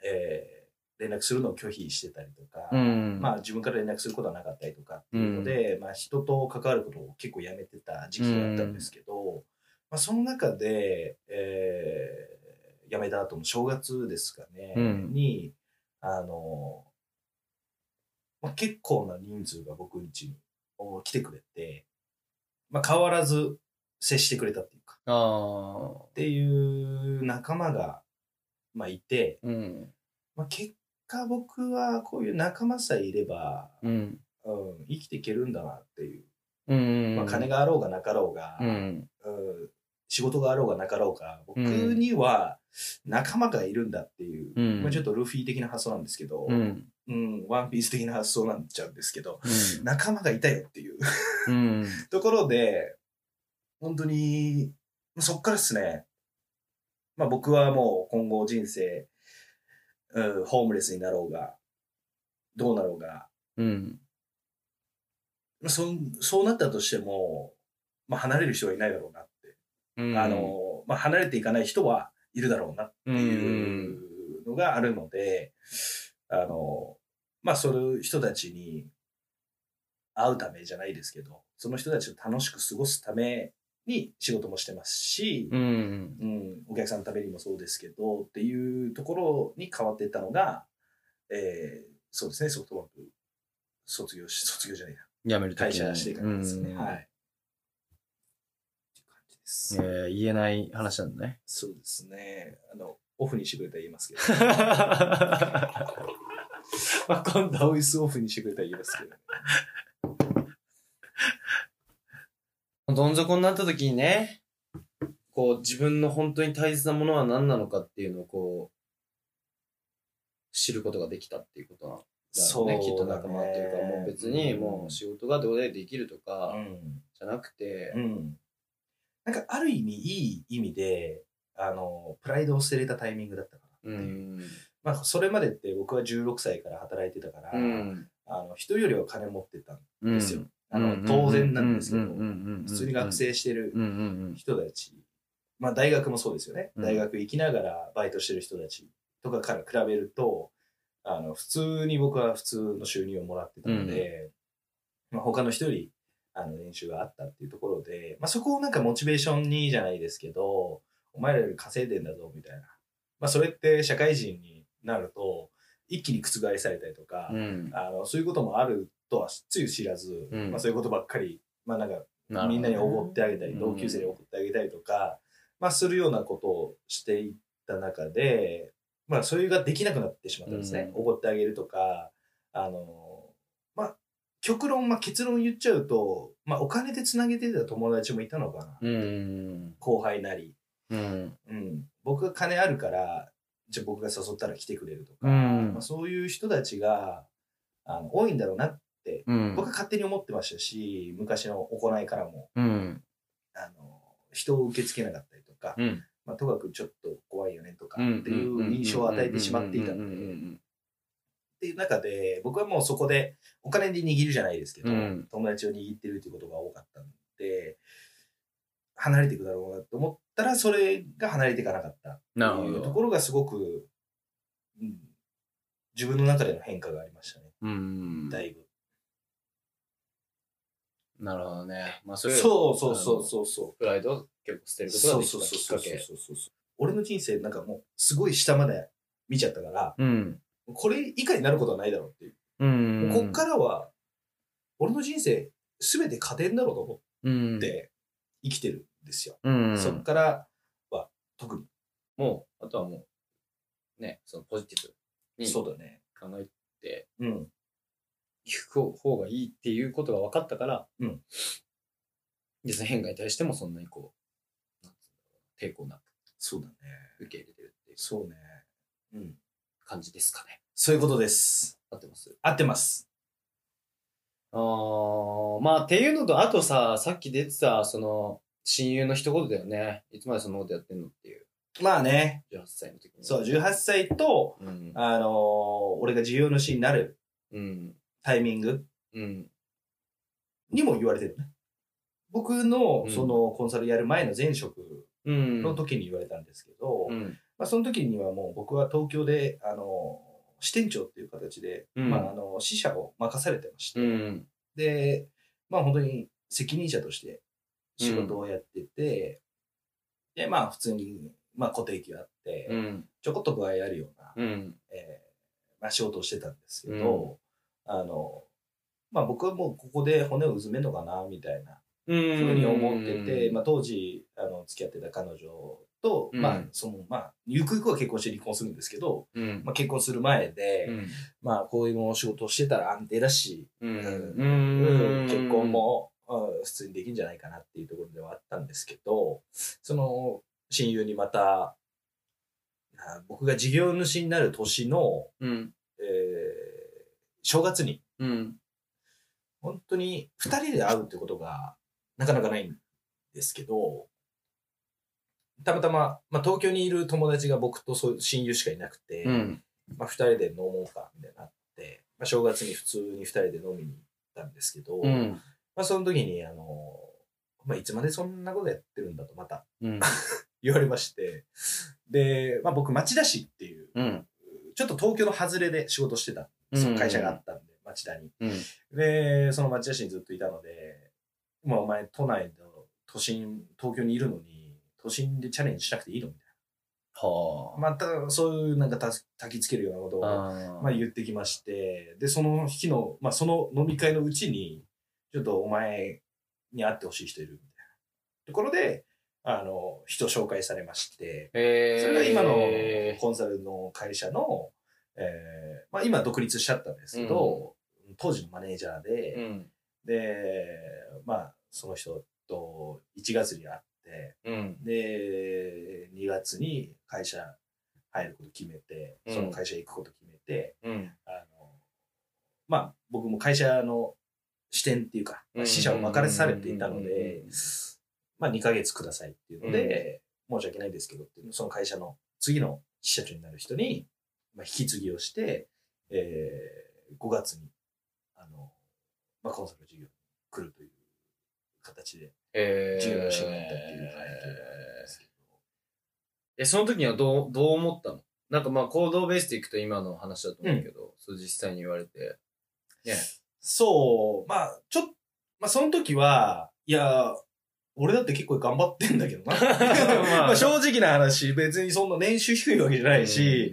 C: う、えー連絡するのを拒否してたりとか、
A: うん
C: まあ、自分から連絡することはなかったりとかっていうので、まあ、人と関わることを結構やめてた時期だったんですけど、まあ、その中で、えー、辞めた後の正月ですかね、
A: うん
C: にあの、まあ、結構な人数が僕ん家にお来てくれて、まあ、変わらず接してくれたっていうか
A: ああ
C: っていう仲間が、まあ、いて、
A: うん
C: まあ、結果僕はこういう仲間さえいれば
A: うん
C: うん、生きていけるんだなっていう、
A: うん
C: まあ、金があろうがなかろうが、
A: うん
C: うん仕事があろうがなかろうが僕
A: うん
C: には仲間がいるんだっていう、
A: うん
C: まあ、ちょっとルフィ的な発想なんですけど、
A: うんうん
C: うんワンピース的な発想なんちゃうんですけど仲間がいたよっていう <laughs>
A: うん
C: ところで本当にそっからですね、まあ、僕はもう今後人生、うん、ホームレスになろうがどうなろうが
A: うん
C: まあ、そんそうなったとしても、まあ、離れる人はいないだろうなって、
A: うん
C: あのまあ、離れていかない人はいるだろうなっていうのがあるので、あのまあ、そういう人たちに会うためじゃないですけどその人たちと楽しく過ごすために仕事もしてますし、
A: うん
C: うん、お客さんのためにもそうですけどっていうところに変わっていったのが、えーそうですねソフトバンク卒業し卒業じゃないな
A: やめると
C: 会社していかないですね。はい。っていう感じです。
A: えー言えない話なん
C: <laughs>
A: だね
C: そうですね。あの、オフにしてくれたら言いますけど。 <laughs>
A: まあ今
C: ダウイスオフにしてくれたら言いますけど。
A: どん底になった時にね、こう自分の本当に大切なものは何なのかっていうのをこう、知ることができたっていうことなん
C: そう
A: だ
C: だ
A: よ
C: ね
A: ね。きっと仲間っていうか、もう別にもう仕事がどうでできると
C: う
A: か
C: ん。
A: じゃなくて
C: う、ん。なんか、ある意味、いい意味で、あの、プライドを捨てれたタイミングだったか
A: う
C: なっていう。
A: ん。
C: まあ、それまでって僕は16歳から働いてたから、
A: うん。
C: あの、人よりは金持ってたん
A: うん
C: ですよ。あの当然なんですけど普通に学生してる
E: うんうん
C: 人たち、まあ、大学もそうですよね、
E: うん
C: 大学行きながらバイトしてる人たちとかから比べるとあの普通に僕は普通の収入をもらってたので、まあ、他の人よりあの練習があったっていうところで、まあ、そこをなんかモチベーションにじゃないですけどお前らより稼いでんだぞみたいな、まあ、それって社会人になると一気に覆されたりとか、
E: うんうん
C: あのそういうこともあるとはつゆ知らず、
E: うん
C: まあ、そういうことばっかり、まあ、なんか
E: なるほど
C: みんなにおごってあげたり、
E: うん
C: 同級生におごってあげたりとか、まあ、するようなことをしていった中で、まあ、それができなくなってしまったんですね。
E: うん
C: おごってあげるとか、あの、まあ、極論、まあ、結論言っちゃうと、まあ、お金でつなげてた友達もいたのかな。
E: うん
C: 後輩なり。
E: うん
C: うん。僕が金あるから、じゃあ僕が誘ったら来てくれるとか、
E: うん
C: まあ、そういう人たちが、あの、多いんだろうな。
E: うん
C: 僕は勝手に思ってましたし、昔の行いからも。
E: うん
C: あの人を受け付けなかったりとか、
E: うん
C: まあ、とかくちょっと怖いよねとか
E: うん
C: っていう印象を与えてしまっていた
E: うん
C: の
E: うんう
C: でっ
E: ん
C: ていう中で僕はもうそこでお金で握るじゃないですけど、
E: うん
C: 友達を握ってるっていうことが多かったんで離れていくだろうなと思ったらそれが離れていかなかった
E: なる
C: って
E: ほ
C: いうと
E: ど
C: ころがすごく、うん、自分の中での変化がありましたね
E: うん
C: だいぶ、
E: なるほどねまあそれ
C: そうそうそうそうそう
A: プライドを結構捨てることができたきっかけ
C: そうそうそうそう俺の人生なんかもうすごい下まで見ちゃったから
E: うん
C: これ以下になることはないだろうっていう、
E: うん
C: こっからは俺の人生全て家電だろうと思
E: うん
C: って生きてるんですよ、
E: うん
C: そっからは特に、
A: もうあとはもうねそのポジティブに
C: そ
A: 考
C: うだね
A: えて
C: うん
A: 聞く方がいいっていうことが分かったから、
C: うん
A: 別に変化に対してもそんなにこうなんつうんだろうな抵抗なく
C: そうだね
A: 受け入れてるっていう
C: そうねうん
A: 感じですかね
C: そういうことです
A: 合ってます
C: 合ってます
A: あーまあっていうのとあとささっき出てたその親友の一言だよねいつまでそんなことやってんのっていう
C: まあね
A: 18歳の時に
C: そう18歳と
A: うん
C: あのー俺が自由の死になる
A: うん
C: タイミング
A: うん
C: にも言われてるね。僕の
A: うん
C: そのコンサルやる前の前職
A: うん
C: の時に言われたんですけど、
A: うん
C: まあ、その時にはもう僕は東京であの支店長っていう形で、
A: うん
C: まあ、あの支社を任されてまして、
A: うん
C: で、まあ、本当に責任者として仕事をやってて、でまあ普通に、まあ、固定給あって、
A: うん
C: ちょこっと具合あるような、
A: うん
C: えーまあ、仕事をしてたんですけど、あのまあ、僕はもうここで骨をうずめるのかなみたいな。
A: う
C: そ
A: ん
C: ういうふうに思ってて、まあ、当時あの付き合ってた彼女と、
A: うん
C: まあそのまあゆくゆくは結婚して離婚するんですけど、
A: うん
C: まあ、結婚する前で、
A: うん
C: まあこういうの仕事をしてたら安定だし、
A: うん
C: うん結婚も、うん普通にできるんじゃないかなっていうところではあったんですけどその親友にまたあ僕が事業主になる年の、
A: うん
C: えー正月に
A: うん
C: 本当に2人で会うってことがなかなかないんですけどたまたま、まあ、東京にいる友達が僕とそう親友しかいなくて、
A: うん
C: まあ、2人で飲もうかみたいになって、まあ、正月に普通に2人で飲みに行ったんですけど、
A: うん
C: まあ、その時にあの、まあ、いつまでそんなことやってるんだとまた
A: うん
C: 言われましてで、まあ、僕町田市っていう
A: うん
C: ちょっと東京の外れで仕事してたんですよ会社があったんで町田に。
A: うん
C: で、その町田市にずっといたので、まあお前都内の都心、東京にいるのに、都心でチャレンジしなくていいのみた
A: はい
C: な。またそういうなんかた焚きつけるようなことを、
A: あ
C: まあ言ってきまして、で、その日の、まあその飲み会のうちに、ちょっとお前に会ってほしい人いるみたいなところで、あの、人紹介されまして、
A: え
C: それが今の
A: え
C: コンサルの会社の、えーまあ今独立しちゃったんですけど、当時のマネージャーで、
A: ーうん
C: で、まあ、その人と1月に会って、
A: うん
C: で、2月に会社入ること決めて、
A: うん
C: その会社行くこと決めて、
A: うん
C: あの、まあ、僕も会社の視点っていうか、まあ
A: うん
C: 支社を任されていたので
A: うん、
C: まあ、2ヶ月くださいっていうので、申し訳ないですけどっていうのその会社の次の支社長になる人に、まあ、引き継ぎをして、えー5月に、あの、まあ、コンサル事業に来るという形で
A: え
C: 授業をしてもらったっていう背景があるんですけど、
A: え、その時にはどう、どう思ったのなんかまあ行動ベースでいくと今の話だと思うけど、そう実際に言われて。
C: そう、まあ、ちょっまあ、その時は、いや、俺だって結構頑張ってんだけどな。 <laughs> まあ、正直な話、別にそんな年収低いわけじゃないし、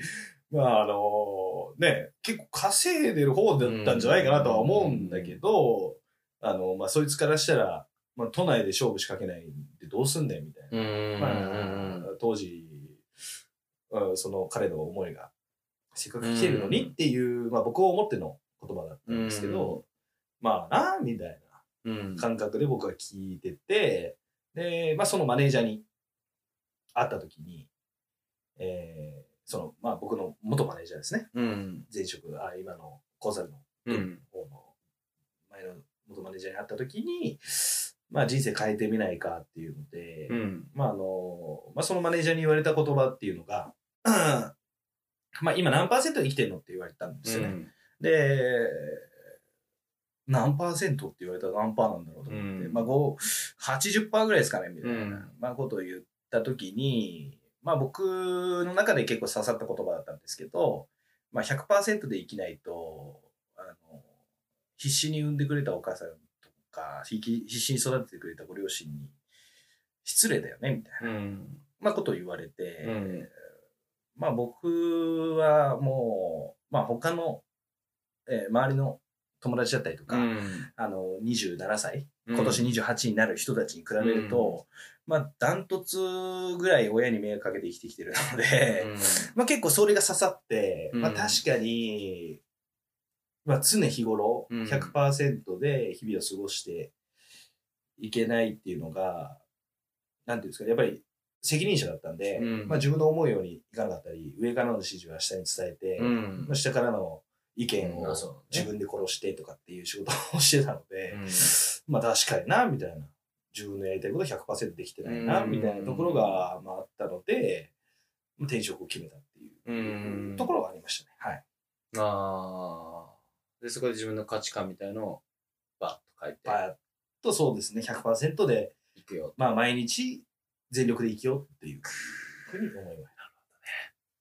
C: まあ、あのね、結構稼いでる方だったんじゃないかなとは思うんだけど、あの、まあ、そいつからしたら、まあ、都内で勝負しかけないでどうすんだよ、みたいな。
A: うん。うん。
C: まあ、当時、うんその彼の思いが、せっかく来てるのにっていう、まあ僕を思っての言葉だったんですけど、まあなあ、みたい
A: うん
C: な感覚で僕は聞いてて、で、まあそのマネージャーに会った時に、えーその、まあ僕の元マネージャーですね。
A: うん。
C: 前職、あ、今のコンサルの
A: うん。
C: 方の前の元マネージャーに会った時に、まあ人生変えてみないかっていうので、
A: うん。
C: まああのまあ、そのマネージャーに言われた言葉っていうのが、 <clears throat> まあ今何パーセントで生きてるのって言われたんですよね。で、何パーセントって言われたら何パーなんだろうと思って、
A: うん
C: まあ5、80%ぐらいですかねみたいな、
A: うん
C: まあ、ことを言った時に、まあ僕の中で結構刺さった言葉だったんですけど、まあ100%で生きないと、あの、必死に産んでくれたお母さんとか、ひき必死に育ててくれたご両親に失礼だよねみたいな、
A: うん。
C: まあことを言われて、
A: うん
C: まあ僕はもう、まあ他の、えー周りの友達だったりとか、
A: うん。
C: あの、27歳、今年28になる人たちに比べると、まあダントツぐらい親に迷惑かけて生きてきてるので、まあ結構それが刺さって、
A: うん
C: まあ確かに、まあ常日頃
A: うん
C: 100%で日々を過ごしていけないっていうのが、なんていうんですか、やっぱり責任者だったんで、
A: うん
C: まあ自分の思うようにいかなかったり、上からの指示は下に伝えて、
A: うん
C: まあ。下からの意見
A: うん
C: を
A: あそうね
C: 自分で殺してとかっていう仕事をしてたので、
A: うん
C: まあ確かにな、みたいな。自分のやりたいこと100%できてないな、
A: うん。
C: みたいなところが、まあ、あったので、まあ転職を決めたっていううんところはありましたね。はい。
A: ああ。で、そこで自分の価値観みたいのをバッと書い
C: バ
A: て
C: ーッとそうですね、100%で、
A: いくよ。
C: まあ毎日全力で生きようっていうふうに思いま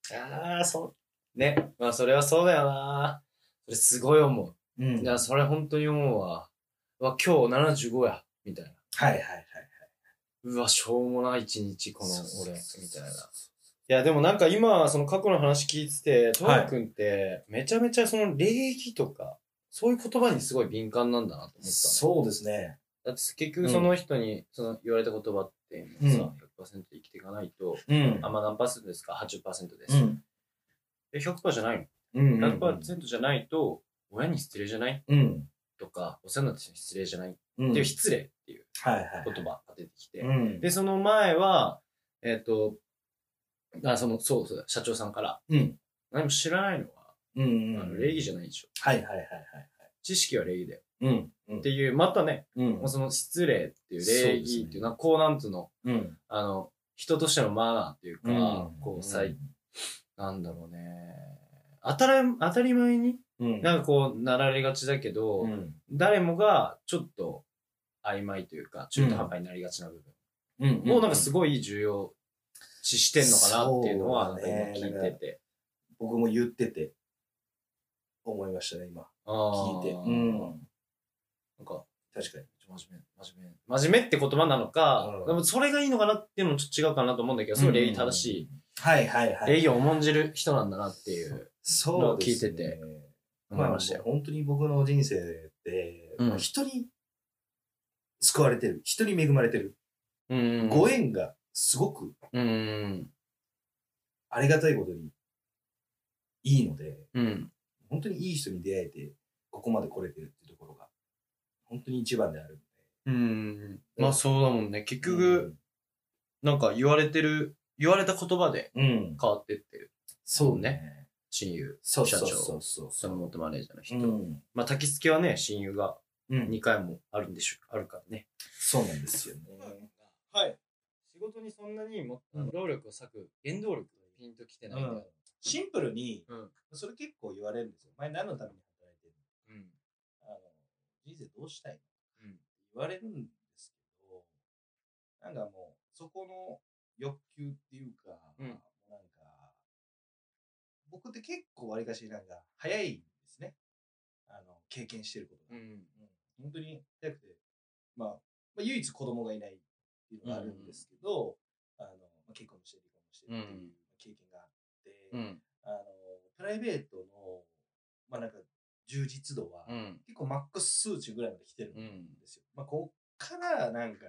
C: し
A: ああ、そう。ね。まあ、それはそうだよな。それすごい思う。
C: た。うん。
A: い
C: はい
A: や、それ本当に思うわ。うわ、今日75や。みたいな。
C: はいはい。
A: うわ、しょうもない一日、この俺、み
C: そうそう
A: た
C: そう
A: いな。いや、でもなんか今、その過去の話聞いてて、ト
C: はい
A: ー君って、めちゃめちゃその礼儀とか、そういう言葉にすごい敏感なんだなと思ったの。
C: そうですね。
A: だって結局その人に、その言われた言葉って、
C: うん
A: さ、100%生きていかないと、
C: うん
A: あ、。まあ何パーセントですか ?80% です。
C: うん。
A: え、100%じゃない
C: うん。
A: の ?100% じゃないと、親に失礼じゃない
C: うん。
A: とか、お世話になった人に失礼じゃないっ
C: うん。
A: ていう失礼っていう
C: はいはい。
A: 言葉が出てきて、
C: うん。
A: で、その前は、えっ、と、あ、その、そうそう、社長さんから、
C: うん。
A: 何も知らないのは、
C: うん。
A: あの礼儀じ
C: ゃ
A: ゃないでしょ。
C: はいはいはいはい。
A: 知識は礼儀だよ。
C: うん。う
A: っ
C: ん
A: て。いう、またね、
C: うん
A: もうその失礼っていう礼儀っていうのは、こうなんつうの、
C: うん。
A: あの、人としてのマナーっていうか、こう、さい、
C: い
A: なんだろうね。当たり、当たり前に、
C: うん。
A: なんかこう、なられがちだけど、
C: うん。
A: 誰もがちょっと曖昧というか、中途半端になりがちな部分。
C: うん
A: もうなんかすごい重要視してんのかなっていうのは、なんか今聞いてて。
C: 僕も言ってて、思いましたね、今。聞
A: 聞
C: いて。う
A: なん
C: ん。
A: か、
C: 確かに。
A: 真面目、真面目。真面目って言葉なのか
C: うん、
A: でもそれがいいのかなっていうのもちょっと違うかなと思うんだけど、すごい礼儀正しい、
C: はいはいはい。
A: 礼儀を重んじる人なんだなっていう、
C: そうですね
A: 聞いてて。思
C: ま
A: い
C: あ、
A: ましたよ。
C: 本当に僕の人生って、
A: うん
C: まあ人に救われてる。人に恵まれてる。
A: うん
C: ご縁がすごく
A: うん。
C: ありがたいことにいいので、
A: うん。
C: 本当にいい人に出会えて、ここまで来れてるっていうところが、本当に一番である。
A: うん。まあそうだもんね。結局、なんか言われてる、言われた言葉で
C: うん、うん。
A: 変わってってる。
C: そうね。
A: 親友、
C: そう
A: 社
C: そ
A: 長
C: うそうそう。
A: その元マネージャーの人。
C: うん。
A: まあ、焚き付けはね、親友が
C: うん
A: 2回もあるんでしょ、あるからね。
C: そうなんですよね。
A: はい。仕事にそんなにも、労力を割く原動力がピンときてないんだよ。
C: シンプルに、
A: うん
C: それ結構言われるんですよ。お前何のために働いてる
A: うん。
C: のあの人生どうしたいの
A: うん
C: 言われるんですけど、なんかもう、そこの欲求っていうか、
A: うん
C: もうなんか、僕って結構わりかしなんか早いんですね。あの、経験してることが。
A: うん
C: うん本当に早くて、まあ、まあ、唯一子供がいないっていうのがあるんですけど、あのまあ、結婚もして離婚もしてっていう経験があって、
A: うん
C: あのプライベートの、まあ、なんか充実度は
A: うん
C: 結構マックス数値ぐらいまで来てるん
A: うん
C: ですよ。まあ、こっからなんか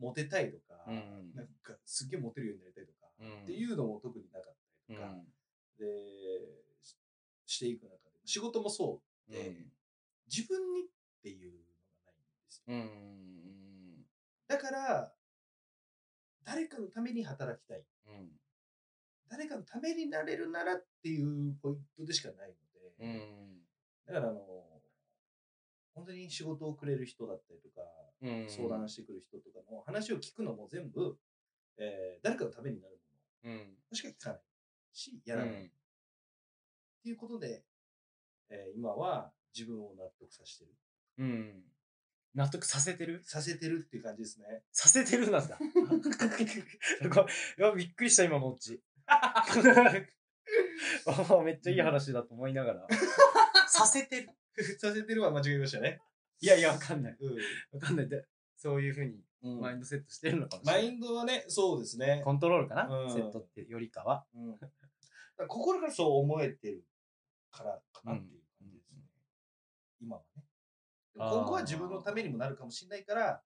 C: モテたいとか、
A: うん
C: なんかすっげえモテるようになりたいとか、
A: うん
C: っていうのも特になかった
A: う
C: り
A: ん
C: とか、でししていく中で仕事もそうで、自分にっていうのがないんですよ。
A: うんうん
C: だから、誰かのために働きたい。
A: うん
C: 誰かのためになれるならっていうポイントでしかないの
A: う
C: で、
A: ん
C: だからあの、本当に仕事をくれる人だったりとか、
A: うん
C: 相談してくる人とかの話を聞くのも全部、えー誰かのためになるも
A: うん
C: のしか聞かないし、や
A: う
C: らない。っ
A: ん
C: ていうことで、えー今は自分を納得させてる。
A: うん納得させてる
C: させてるっていう感じですね。
A: させてるなんだ <laughs> こいやびっくりした今のオチ <laughs> あめっちゃいい話だと思いながらさせてる
C: させてるは間違えましたね。
A: いやいやわかんない
C: うん
A: わかんないでそういうふうに
C: うん
A: マインドセットしてるのかもしれな
C: マ
A: い、
C: インドはね、そうですね。
A: コントロールかな、
C: うん
A: セットってよりかは
C: うん、だから心からそう思えてるからかなっていう感じですね。今はね。でも今後は自分のためにもなるかもしれないから、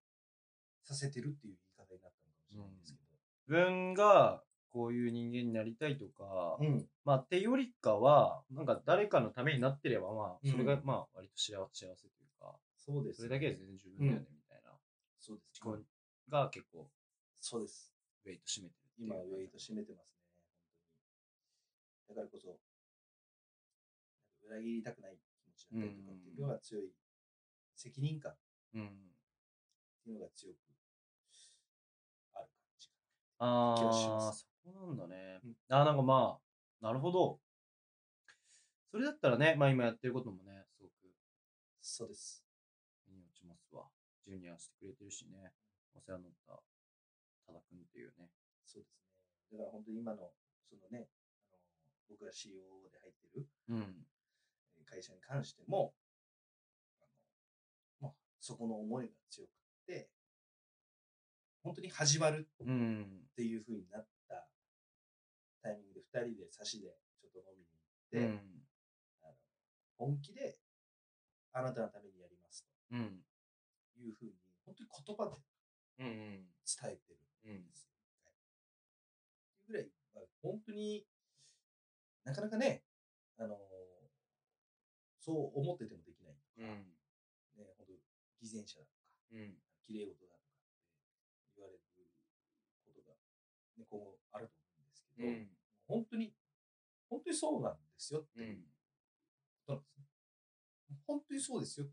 C: させてるっていう言い方になったのかもしれないんですけ
A: 自分がこういう人間になりたいとか、
C: ど。うん。
A: まあってよりかはなんか誰かのためになってればまあそれ
C: う
A: が
C: ん
A: まあ割と幸せ幸せというか
C: そうです。
A: それだけで全然十分だよねみたいな、
C: そうです。
A: 自己が結構
C: そうです。
A: ウェイト占めてる
C: 今、ウェイト
A: ト
C: 締めてますね。本当に。だからこそ、裏切りたくない気持ちだったりとかっていうのが強い責任感
A: うん
C: っていうのが強くある感じか
A: あ
C: 気がしま
A: あ
C: す
A: そこなんだね、
C: うん
A: あーなんかまあなるほどそれだったらねまあ今やってることもねすごく
C: そうです。
A: 目に落ちますわジュニアしてくれてるしねお世話になった多田君っていうね
C: そうですね。だから本当に今の、そのね、あの僕が COO で入ってる
A: うん
C: えー会社に関しても、あのまあ、そこの思いが強くて、本当に始まるっ
A: うん
C: ていう風になったタイミングで2人で差しでちょっと飲み
A: う
C: に行
A: ん
C: って、本気であなたのためにやります
A: うん
C: という風に、本当に言葉で
A: うんうん
C: 伝えてる。
A: うん
C: ですっていうぐらい、まあ、本当になかなかね、あのーそう思っててもできない
A: う
C: とか、
A: ん
C: ね、本当偽善者だとか、
A: うん
C: 綺麗事だとかって言われることが、ね、今後あると思うんですけ
A: う
C: ど、
A: ん
C: 本当に、本当にそうなんですよって
A: う
C: いうんことなんですね。本当にそうですよっ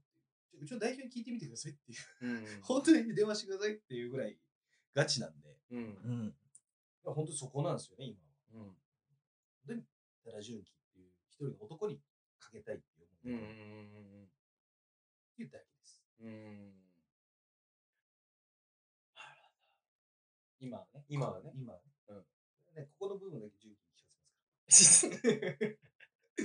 C: ていう。うちの代表に聞いてみてくださいっていう。 <laughs>
A: うん
C: 本当に電話してくださいっていうぐらいガチなんで。
A: うん
C: うん。いや本当にそこなんですよね、今は。
A: うん
C: ただ純喜っていう一人の男にかけたいっていう
A: うんう
C: 思
A: ん
C: いがあるっていうだけです。
A: うんうん
C: 今はね。
A: 今はね
C: 今はね。
A: うん
C: ねここの部分だけ純喜に聞か
A: 静
C: せますから。こ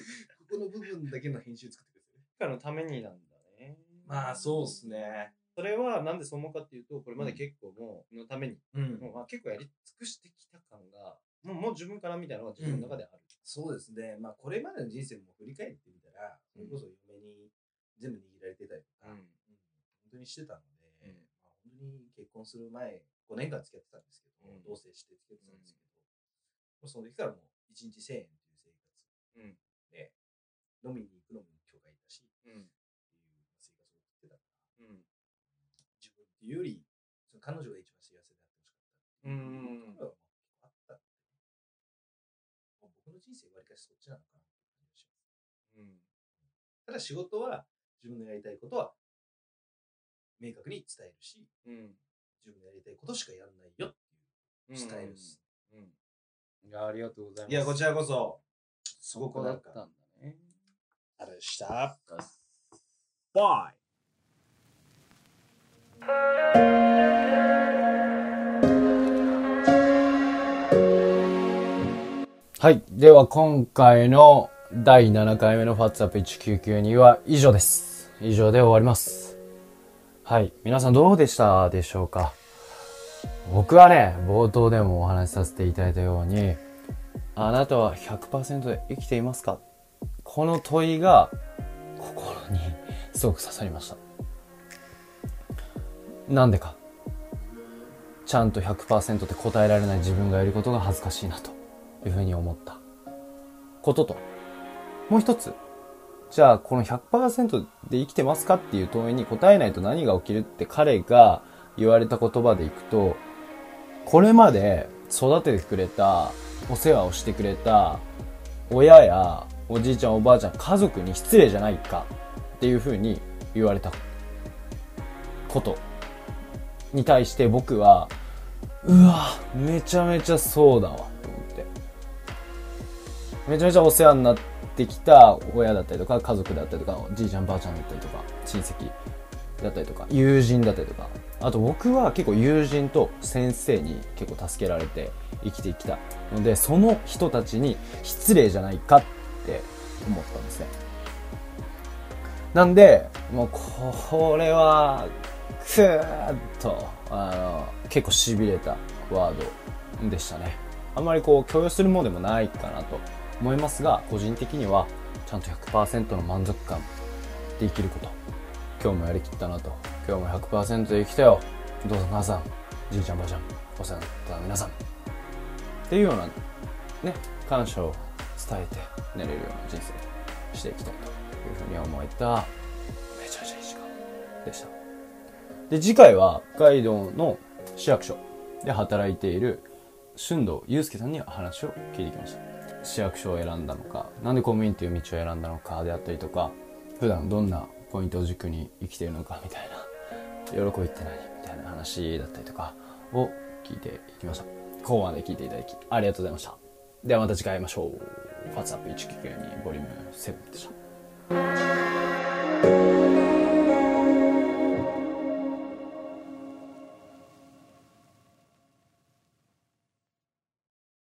C: この部分だけの編集作ってくださいね。
A: かのためになんだね
C: まあ、そうっすね。
A: それはなんでそう思うかっていうとこれまで結構もうのために
C: うん
A: もうまあ結構やり尽くしてきた感がもうもう自分からみたいなのが自分の中である
C: そうですね。まあ、これまでの人生も振り返ってみたら、それこそ嫁に全部握られてたりとか、うん本当にしてたの
A: う
C: で、
A: ん
C: まあ、本当に結婚する前、5年間付き合ってたんですけど、
A: うん
C: 同棲して付き合ってたんですけど、もうその時からもう1日1000円という生
A: うん
C: 活で、飲みに行くのも許可いたし、って
A: うんうん
C: いう生活を送ってたから、
A: うん
C: 自分っていうより、その彼女が一番幸せであってほしかったってい
A: うん
C: うところはまあ結構あったんで、まあ僕の人生わりかしそっちなのかなって感じがします。
A: うん
C: ただ仕事は自分のやりたいことは明確に伝えるし、
A: うん
C: 自分のやりたいことしかやらないよっていうスタイルです。
A: うんいやありがとうございます
C: いや、こちらこそ、す
A: そ
C: ご
A: こ
C: く
A: だ
C: なん
A: っ
C: か
A: た、んだね
C: あれでした。
A: バイはい。では今回の第7回目の FATSAP1992 は以上です。以上で終わります。はい。皆さんどうでしたでしょうか僕はね、冒頭でもお話しさせていただいたように、あなたは100%で生きていますかこの問いが心に <laughs> すごく刺さりました。なんでか。ちゃんと100%って答えられない自分がいることが恥ずかしいなと。というふうに思ったことともう一つじゃあこの100%で生きてますかっていう問いに答えないと何が起きるって彼が言われた言葉でいくとこれまで育ててくれたお世話をしてくれた親やおじいちゃんおばあちゃん家族に失礼じゃないかっていうふうに言われたことに対して僕はうわめちゃめちゃそうだわと思ってめちゃめちゃお世話になってきた親だったりとか家族だったりとかじいちゃんばあちゃんだったりとか親戚だったりとか友人だったりとかあと僕は結構友人と先生に結構助けられて生きてきたのでその人たちに失礼じゃないかって思ったんですねなんでもうこれはくーっとあの結構しびれたワードでしたねあんまりこう許容するものでもないかなと思いますが個人的にはちゃんと100%の満足感で生きること今日もやりきったなと今日も100%で生きたよお父さん母さんじいちゃんばあちゃんお世話になった皆さんっていうようなね感謝を伝えて寝れるような人生にしていきたいというふうに思えためちゃめちゃいい時間でしたで次回は北海道の市役所で働いている俊藤祐介さんに話を聞いてきました市役所を選んだのかなんで公務員という道を選んだのかであったりとか普段どんなポイントを軸に生きているのかみたいな喜びって何みたいな話だったりとかを聞いていきました後半で聞いていただきありがとうございましたではまた次回会いましょう FATSAP1992 ボリューム7でした